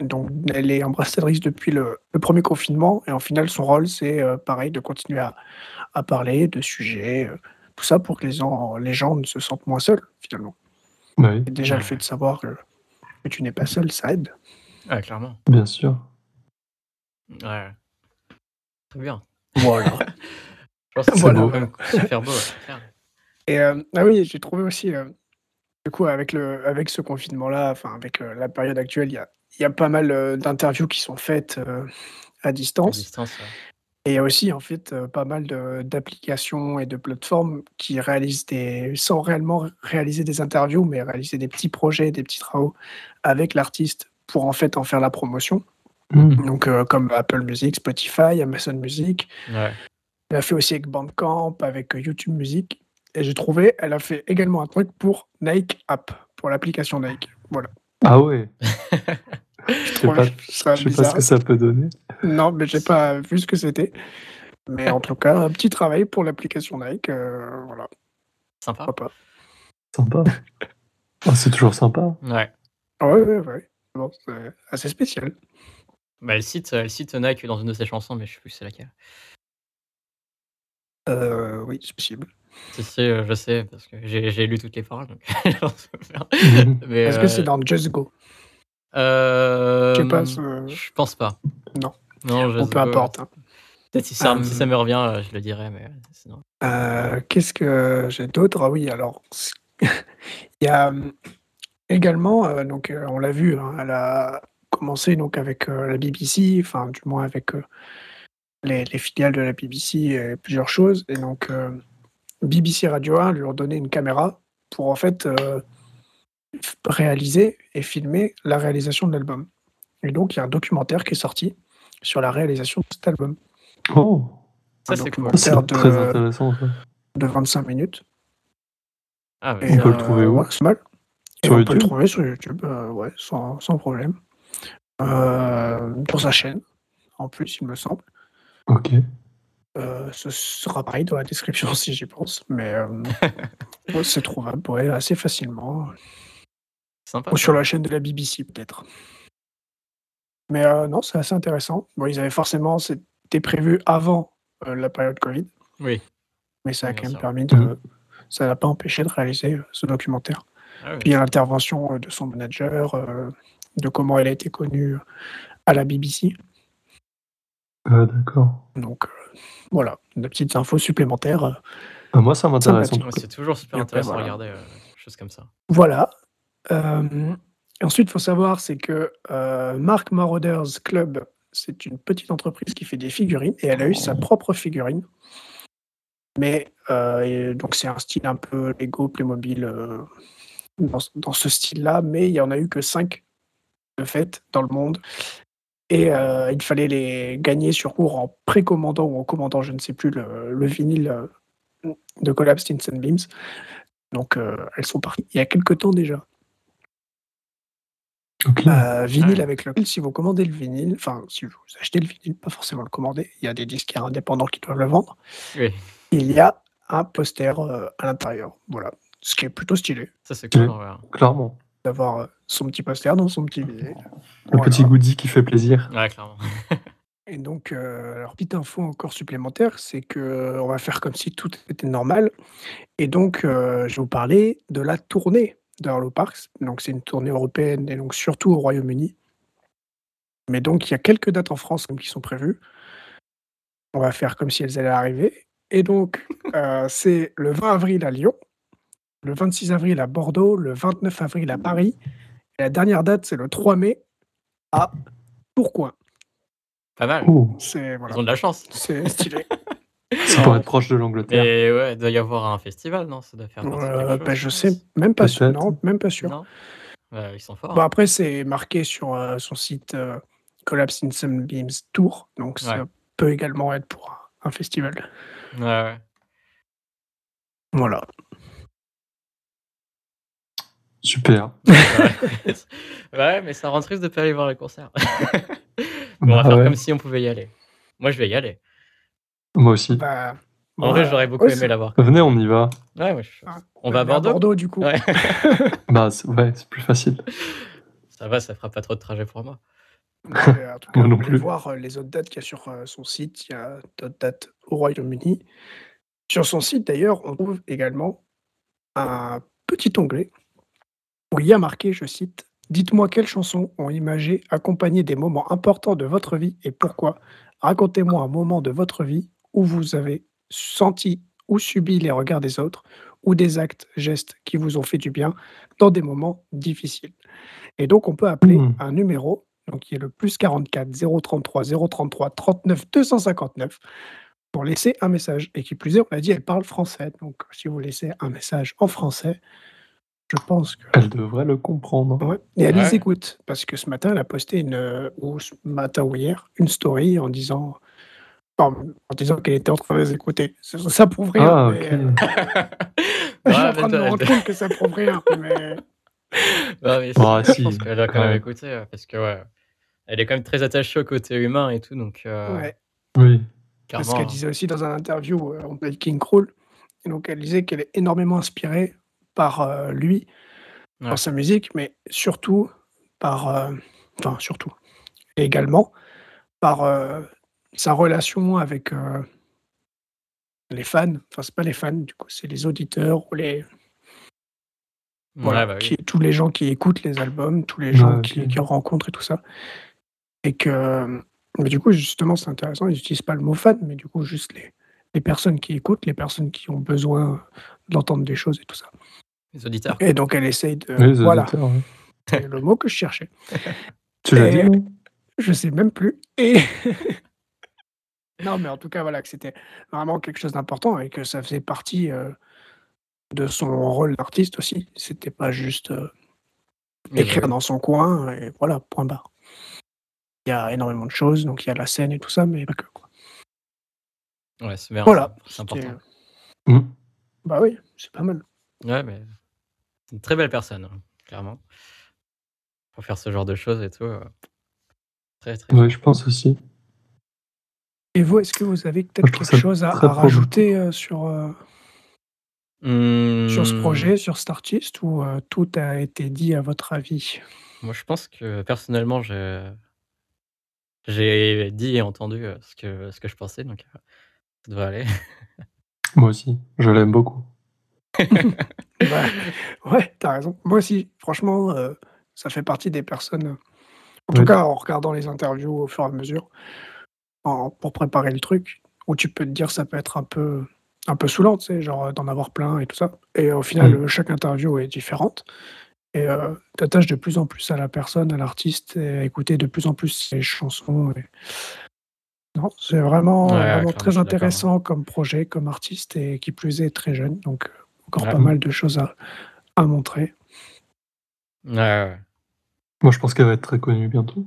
B: Donc, elle est ambassadrice depuis le, le premier confinement. Et en final, son rôle, c'est euh, pareil, de continuer à, à parler de sujets, euh, tout ça pour que les gens, les gens ne se sentent moins seuls, finalement.
C: Bah oui,
B: Et déjà, le fait de savoir que, que tu n'es pas seul, ça aide.
D: Ouais, clairement.
C: bien sûr.
D: Ouais. Très bien.
B: Voilà.
D: Je pense que c'est
B: Voilà.
D: quand même *laughs* super beau. ouais, c'est clair.
B: *laughs* Et euh, ah oui, j'ai trouvé aussi, euh, du coup, avec, le, avec ce confinement-là, enfin, avec euh, la période actuelle, il y a, il y a pas mal euh, d'interviews qui sont faites euh, à
D: À
B: distance.
D: distance, ouais.
B: Et il y a aussi, en fait, euh, pas mal de- d'applications et de plateformes qui réalisent des, sans réellement réaliser des interviews, mais réaliser des petits projets, des petits travaux avec l'artiste pour en fait en faire la promotion.
C: Mm.
B: Donc, euh, comme Apple Music, Spotify, Amazon Music,
D: Ouais.
B: elle a fait aussi avec Bandcamp, avec euh, YouTube Music. Et j'ai trouvé, elle a fait également un truc pour Nike App, pour l'application Nike. Voilà.
C: Ah
D: *laughs*
C: ouais.
B: Je
C: sais pas- Je sais pas ce que ça peut donner.
B: Non, mais j'ai pas vu ce que c'était. Mais en tout cas, un petit travail pour l'application Nike. euh, voilà,
D: Sympa.
B: pourquoi pas.
C: Sympa. Ah, c'est toujours sympa.
D: Ouais.
B: Ah Ouais, ouais, ouais. Bon, c'est assez spécial.
D: Bah, elle, cite, elle cite Nike dans une de ses chansons, mais je sais plus c'est laquelle.
B: Euh, oui, c'est possible.
D: Si, si, euh, je sais, parce que j'ai j'ai lu toutes les paroles. donc *laughs* j'en sais pas.
C: Mhm.
D: Mais,
B: Est-ce que c'est
D: euh,
B: dans Just Go
D: euh,
B: Je sais pas. ce-
D: Je pense pas.
B: Non.
D: Non, je
B: Bon,
D: sais
B: peu
D: pas.
B: importe. hein.
D: Peut-être si, ça-
B: Euh,
D: si ça me revient, euh, je le dirai, mais euh, sinon.
B: Euh, Qu'est-ce que j'ai d'autre Ah oui, alors c- *laughs* il y a euh, également, euh, donc euh, on l'a vu, hein, elle a commencé donc avec euh, la BBC, enfin du moins avec euh, les, les filiales de la BBC et plusieurs choses. Et donc euh, BBC Radio 1 lui ont donné une caméra pour en fait euh, f- réaliser et filmer la réalisation de l'album. Et donc il y a un documentaire qui est sorti sur la réalisation de cet album.
C: Oh,
D: Ça,
B: Un
D: c'est cool.
B: documentaire
C: c'est
B: de-
C: très intéressant. ça.
B: de 25 minutes.
D: Ah, mais
B: Et,
C: On peut le trouver où
B: ouais, c'est mal. Et on
C: Sur
B: peut le
C: YouTube
B: trouver sur YouTube, euh, ouais, sans, sans problème. euh, dans sa chaîne, en plus, il me semble.
C: Ok.
B: Euh, ce sera pareil dans la description *laughs* si j'y pense, mais euh,
C: *laughs*
B: ouais, c'est trouvable ouais, assez facilement.
D: Sympa.
B: Ou sur la chaîne de la BBC, peut-être. Mais euh, non, c'est assez intéressant. Bon, ils avaient forcément, c'était prévu avant euh, la période Covid,
D: Oui.
B: mais ça a
D: Bien
B: quand même
D: sûr.
B: permis de.
C: Mhm.
B: Ça n'a pas empêché de réaliser euh, ce documentaire.
D: Ah oui.
B: Puis il y a l'intervention euh, de son manager, euh, de comment elle a été connue à la BBC.
C: Ah, D'accord.
B: Donc euh, voilà, des petites infos supplémentaires. euh,
C: Ah, moi, ça m'intéresse. en
B: Sympathique.
C: tout
D: Ouais,
C: cas.
D: c'est toujours super
B: Et après,
D: intéressant
B: voilà.
D: à regarder euh, quelque chose comme ça.
B: Voilà. Euh, et ensuite, il faut savoir, c'est que euh, Mark Marauders Club, c'est une petite entreprise qui fait des figurines et elle a eu sa propre figurine. Mais euh, et donc, c'est un style un peu Lego, Playmobil, euh, dans, ce- dans ce style-là, mais il n'y en a eu que 5 de fait dans le monde. Et euh, il fallait les gagner sur cours en précommandant ou en commandant, je ne sais plus, le, le vinyle euh, de Collapse Stinson Beams. Donc euh, elles sont parties il y a quelques temps déjà.
C: Ok.
B: Euh, vinyle
D: ouais.
B: avec le si vous commandez le vinyle, enfin si vous achetez le vinyle, pas forcément le commander, il y a des disquaires indépendants qui doivent le vendre.
D: Oui.
B: Il y a un poster euh, à l'intérieur, voilà. Ce qui est plutôt stylé
D: Ça, c'est cool.
C: Ouais.
D: on verra.
C: Clairement.
B: d'avoir euh, son petit poster dans son petit vinyle.
C: Le
B: Voilà.
C: petit goodie qui fait plaisir.
D: Ouais, clairement. *laughs*
B: Et donc, euh, alors petite info encore supplémentaire, c'est que euh, on va faire comme si tout était normal. Et donc, euh, je vais vous parler de la tournée de Harlow Parks. Donc, c'est une tournée européenne et donc surtout au Royaume-Uni. Mais donc, il y a quelques dates en France comme, qui sont prévues. On va faire comme si elles allaient arriver. Et donc, euh, *laughs* c'est le 20 avril à Lyon, le 26 avril à Bordeaux, le 29 avril à Paris. Et la dernière date, c'est le 3 mai à Pourquoi
D: Pas mal.
C: Oh,
B: C'est voilà.
D: Ils ont de la chance. *laughs*
B: C'est stylé. Ah.
C: c'est pour être proche de l'angleterre.
D: Et ouais, il doit y avoir un festival, non Ça doit faire partie de quelque
B: Euh,
D: chose,
B: bah, je
D: pense.
B: sais, même pas sûr.
C: Peut-être.
B: Non, même pas sûr.
D: Non Bah, Ils sont forts.
B: Bon, après, c'est marqué sur euh, son site euh, Collapse in Some Beams Tour, donc ça
D: Ouais.
B: peut également être pour un- un festival.
D: hein. Ouais, ouais. *laughs*
B: Voilà.
C: Super.
D: ouais. Ouais, mais ça rend triste de pas aller voir les concerts. Bon, on va
C: Bah
D: faire
C: ouais.
D: comme si on pouvait y aller. Moi, je vais y aller.
C: Moi aussi.
B: Bah,
D: En
B: voilà.
D: vrai, j'aurais beaucoup
B: Ouais,
D: aimé
B: c'est-
D: l'avoir.
C: Venez, on y va.
D: Ouais, moi, je-
B: Ah,
D: On va à
B: mais
D: Bordeaux.
B: du coup.
D: Ouais. *laughs*
C: Bah, c'est- ouais, c'est plus facile.
D: Ça va, ça fera pas trop de trajet pour moi.
B: Mais,
C: *laughs*
B: en tout cas,
C: Moi non
B: vous pouvez
C: plus.
B: voir euh, les autres dates qu'il y a sur euh, son site. Il y a d'autres dates au Royaume-Uni. Sur son site, d'ailleurs, on trouve également un petit onglet où il y a marqué, je cite, Dites-moi quelles chansons ont imagé, accompagné des moments importants de votre vie et pourquoi. Racontez-moi un moment de votre vie où vous avez senti ou subi les regards des autres ou des actes, gestes qui vous ont fait du bien dans des moments difficiles. Et donc, on peut appeler
C: Mhm.
B: un numéro, donc qui est le plus 44 033 033 39 259 pour laisser un message. Et qui plus est, on a dit, elle parle français. Donc, si vous laissez un message en français, je pense que...
C: Elle devrait le comprendre.
B: Ouais. Et elle les
D: Ouais.
B: écoute, parce que ce matin, elle a posté une, euh, ou ce matin ou hier, une story en disant, en, en disant qu'elle était en train de les écouter. Ça, ça prouve rien.
C: Ah,
B: mais,
C: ok.
B: euh, *laughs* *laughs* je suis en
D: Ouais,
B: train de me
D: mais-
B: rendre compte que ça prouve rien. Mais
D: *laughs* Ouais, mais
C: Bah,
D: si,
C: si.
D: Je pense qu'elle doit quand même
C: Ouais.
D: écouter euh, parce que ouais, elle est quand même très attachée au côté humain et tout, donc euh,
B: ouais. *laughs*
C: Oui.
B: C'est
D: clairement. hein.
B: ce qu'elle disait aussi dans un interview euh, en King Crawl. Et donc, elle disait qu'elle est énormément inspirée par euh, lui,
D: Ouais.
B: par sa musique, mais surtout par. euh, Enfin, surtout. Et également par euh, sa relation avec euh, les fans. Enfin, c'est pas les fans, du coup, c'est les auditeurs ou les.
D: Ouais,
B: Voilà,
D: bah oui.
B: qui- tous les gens qui écoutent les albums, tous les gens
C: Ouais,
B: qui,
C: ok.
B: qui rencontrent et tout ça. Et que, mais du coup, justement, c'est intéressant, ils n'utilisent pas le mot fan, mais du coup, juste les, les personnes qui écoutent, les personnes qui ont besoin d'entendre des choses et tout ça.
D: Les auditeurs.
B: Et donc, elle essaye de.
C: Oui, les
B: voilà,
C: auditeurs, ouais.
B: c'est le mot que je cherchais.
C: Tu l'as
B: Et-
C: dit non
B: Je sais même plus. Et. *laughs* non, mais en tout cas, voilà, que c'était vraiment quelque chose d'important et que ça faisait partie euh, de son rôle d'artiste aussi. C'était pas juste. euh,
D: Mais
B: écrire dans son coin, et voilà, point barre. Il y a énormément de choses, donc il y a la scène et tout ça, mais pas que. Quoi.
D: ouais, ouais, c'est bien.
B: Voilà.
D: C'est important.
B: Et-
C: Mm.
B: Bah oui, c'est pas mal.
D: Ouais, mais c'est une très belle personne, hein, clairement. Pour faire ce genre de choses et tout. euh. Très, très
C: Ouais, je pense aussi.
B: Et vous, est-ce que vous avez
C: Je
B: peut-être
C: trouve
B: quelque
C: ça
B: chose à,
C: très
B: à rajouter euh, sur, euh,
D: Hmm,
B: sur ce projet, sur cet artiste, ou euh, tout a été dit à votre avis *laughs*
D: Moi, je pense que personnellement, je- j'ai dit et entendu euh, ce que, ce que je pensais, donc euh, ça devrait aller. *laughs*
C: Moi aussi, je l'aime beaucoup.
B: Bah, ouais, t'as raison. Moi aussi, franchement, euh, ça fait partie des personnes, euh, en tout
C: Ouais.
B: cas en regardant les interviews au fur et à mesure, en- pour préparer le truc, où tu peux te dire ça peut être un peu, un peu saoulant, tu sais, genre euh, d'en avoir plein et tout ça. Et au final,
C: Oui.
B: euh, chaque interview est différente. Et euh, t'attaches de plus en plus à la personne, à l'artiste, et à écouter de plus en plus ses chansons. et- Non, c'est vraiment,
D: Ouais, ouais,
B: vraiment
D: clairement, je
B: très
D: suis d'accord. hein.
B: intéressant comme projet, comme artiste, et qui plus est très jeune. Donc, euh, encore
D: Ouais.
B: pas mal de choses à, à montrer.
D: Ouais, ouais.
C: Moi, je pense qu'elle va être très connue bientôt.
D: Ouais,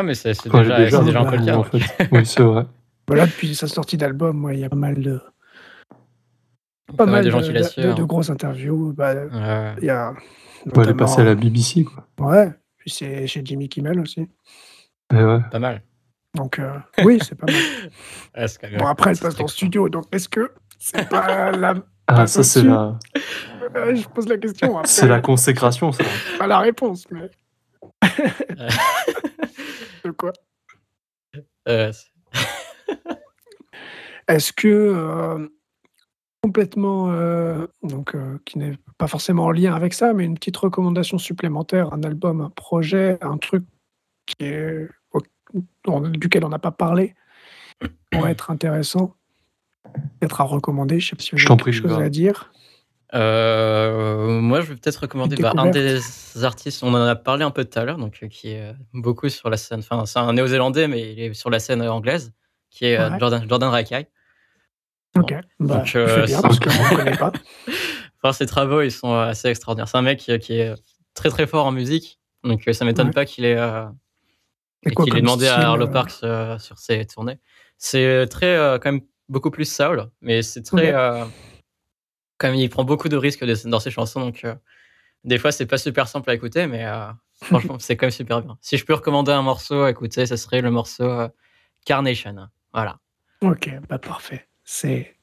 D: Ah, mais c'est c'est
C: Enfin, elle
D: déjà,
C: est
D: c'est déjà un peu le
C: connue,
D: cas.
C: en
D: donc.
C: fait. Oui,
B: *laughs*
C: c'est vrai.
B: Voilà, depuis sa sortie d'album, ouais, il y a pas mal de,
D: Pas
B: pas
D: mal de gens
B: de,
D: qui la
B: de-
D: suivent,
B: de
D: hein.
B: grosses interviews. Bah,
D: Ouais, hein. ouais.
B: il y a
C: Ouais, elle est
B: notamment-
C: passée à la BBC, quoi.
B: Ouais, puis c'est chez Jimmy Kimmel aussi.
C: Eh
B: euh,
C: ouais.
D: Pas mal.
B: Donc euh, oui, c'est pas mal.
D: Ouais, c'est quand même-
B: Bon après, elle
D: c'est
B: passe
D: très
B: en
D: cool.
B: studio, donc est-ce que c'est pas la...
C: Ah, ça, c'est
B: dessus.
C: la...
B: euh, je pose la question. Après,
C: c'est la consécration,
B: *laughs*
C: ça.
B: pas la réponse, mais *laughs* de quoi
D: Euh, c'est-
B: Est-ce que euh, complètement, euh, donc euh, qui n'est pas forcément en lien avec ça, mais une petite recommandation supplémentaire, un album, un projet, un truc qui est- au- dont- duquel on n'a pas
D: *clears throat*
B: parlé, pourrait être intéressant, peut-être à recommander. Je sais pas si vous
C: Je t'en
B: avez
C: prie,
B: quelque chose
C: Lucas.
B: à dire.
D: Euh, moi, je vais peut-être recommander
B: Une
D: bah, un des
B: découverte.
D: artistes, on en a parlé un peu tout à l'heure, donc euh, qui est euh, beaucoup sur la scène. Enfin, c'est un néo-zélandais, mais il est sur la scène euh, anglaise, qui est euh,
B: Ouais.
D: Jordan, Jordan Rakai.
B: Ok, bah,
D: Donc, euh,
B: c'est bien
D: c'est-
B: parce que je ne connais pas.
D: Enfin, ses travaux, ils sont euh, assez extraordinaires. C'est un mec euh, qui est très très fort en musique, donc euh, ça m'étonne
B: Ouais.
D: pas qu'il ait, euh,
B: C'est
D: *laughs* et
B: quoi
D: qu'il ait
B: comme
D: demandé
B: style,
D: à Arlo
B: euh,
D: Parks euh, sur ses tournées. C'est euh, très euh, quand même beaucoup plus soul, mais c'est très
B: Ok.
D: euh, quand même il prend beaucoup de risques de- dans ses chansons, donc euh, des fois c'est pas super simple à écouter,
B: *laughs*
D: mais euh, franchement c'est quand même super bien. Si je peux recommander un morceau à écouter, ce serait le morceau euh, Carnation. Voilà.
B: Ok, bah parfait. C'est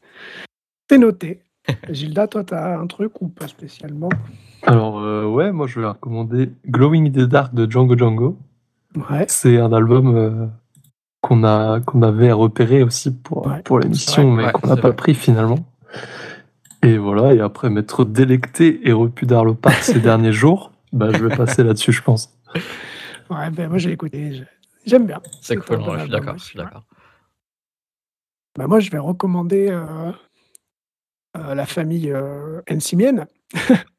B: c'est
D: *laughs*
B: noté. Gilda, toi, t'as un truc ou pas spécialement
C: Alors, euh, ouais, moi, je vais recommander Glowing in the Dark de Django Django.
B: Ouais.
C: C'est un album euh, qu'on a qu'on avait repéré aussi pour,
B: Ouais,
C: pour l'émission,
D: vrai,
C: mais
D: ouais,
C: qu'on n'a
D: c'est
C: pas
D: vrai.
C: pris finalement. Et voilà, et après m'être délecté et repu d'Arlo Park *laughs* ces derniers jours, bah, je vais passer là-dessus, je pense.
B: Ouais, ben moi j'ai écouté, je- j'aime bien.
D: C'est
B: un
D: cool,
B: bon
D: ouais, je suis
B: album
D: d'accord, je
B: aussi,
D: suis
B: ouais.
D: d'accord.
B: Bah, moi je vais recommander euh, euh, la famille euh, Encimienne *laughs*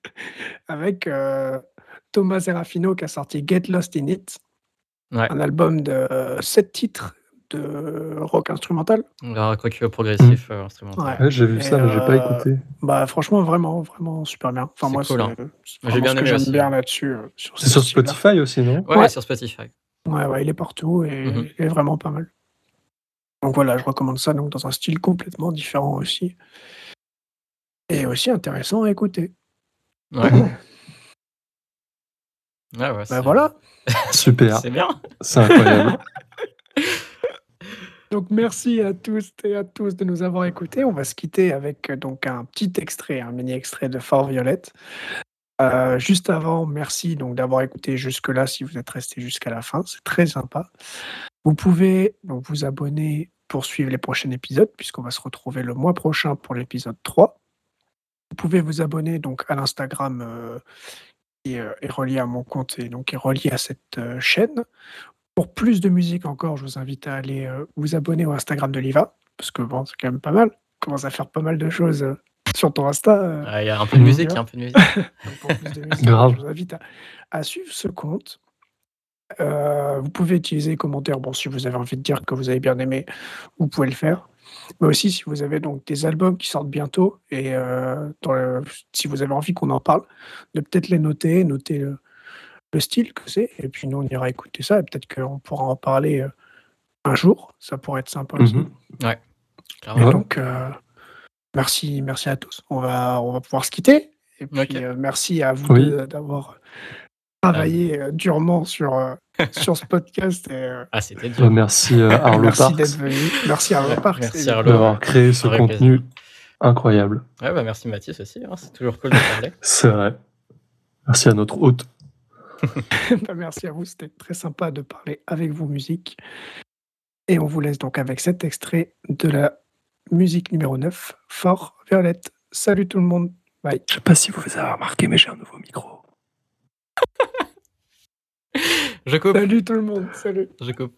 B: avec euh, Thomas Serafino qui a sorti Get Lost in It,
D: Ouais.
B: un album de 7 titres de rock instrumental.
D: Un recul progressif euh, instrumental.
C: Ouais, j'ai vu
B: Et
C: ça, mais j'ai pas
B: euh,
C: écouté.
B: Bah franchement vraiment vraiment super bien. Enfin
D: C'est
B: moi
D: cool, hein.
B: c'est- c'est
D: Moi, j'ai
B: vraiment
D: bien
B: ce que
D: aimé aussi. hein.
B: j'aime bien là-dessus. euh, sur
C: C'est
B: ce
C: sur
B: style-là.
C: Spotify aussi, non
D: Ouais,
B: Ouais.
D: sur Spotify.
B: Ouais, ouais, il est partout et
D: Mhm.
B: il est vraiment pas mal. Donc voilà, je recommande ça donc dans un style complètement différent aussi. Et aussi intéressant à écouter.
D: Ouais. Ouais, ouais,
B: Ben
D: c'est-
B: voilà.
C: Super,
D: C'est bien.
C: c'est incroyable.
B: Donc merci à tous et à tous de nous avoir écoutés. On va se quitter avec euh, donc un petit extrait, un mini extrait de Fort Violette. Euh, juste avant, merci donc d'avoir écouté jusque là. Si vous êtes resté jusqu'à la fin, c'est très sympa. Vous pouvez donc vous abonner pour suivre les prochains épisodes, puisqu'on va se retrouver le mois prochain pour l'épisode 3. Vous pouvez vous abonner donc à l'Instagram euh, qui euh, est relié à mon compte et donc est relié à cette euh, chaîne. Pour plus de musique encore, je vous invite à aller euh, vous abonner au Instagram de Liva, parce que bon, c'est quand même pas mal. On commence à faire pas mal de choses euh, sur ton Insta. euh,
D: Ah, Il y a un peu de
C: Mhm.
D: musique, il y a un peu de musique.
B: donc, pour plus
C: *laughs*
B: de musique,
C: Grave.
B: je vous invite à, à suivre ce compte. Euh, vous pouvez utiliser les commentaires. Bon, si vous avez envie de dire que vous avez bien aimé, vous pouvez le faire. Mais aussi, si vous avez donc des albums qui sortent bientôt et euh, dans le- si vous avez envie qu'on en parle, de peut-être les noter, noter le, le style que c'est. Et puis nous, on ira écouter ça. Et peut-être qu'on pourra en parler euh, un jour. Ça pourrait être sympa aussi.
C: Mhm.
B: Et
D: Clairement.
C: Ouais.
B: donc, euh, merci, merci à tous. On va, on va pouvoir se quitter. Et puis,
D: Ok.
B: euh, merci à vous
C: Oui.
B: deux d'avoir travaillé euh, durement sur,
D: *laughs*
B: euh, sur ce podcast. Et, euh,
D: Ah, c'était dur.
C: Euh, merci euh, Arlo
B: merci
C: Parks
B: d'être venu. Merci Arlo Parks.
D: Merci
B: *laughs* C'est-
D: Arlo.
C: d'avoir créé ce
D: Avec
C: contenu incroyable.
D: Ouais, bah, merci Mathis aussi. hein, C'est toujours cool de parler.
C: C'est vrai. Merci à notre hôte.
B: Bah, merci à vous, c'était très sympa de parler avec vous musique. Et on vous laisse donc avec cet extrait de la musique numéro 9, Fort Violette. Salut tout le monde. Bye.
C: Je sais pas si vous avez remarqué, mais j'ai un nouveau micro.
D: Je coupe.
B: Salut tout le monde. Salut.
D: Je coupe.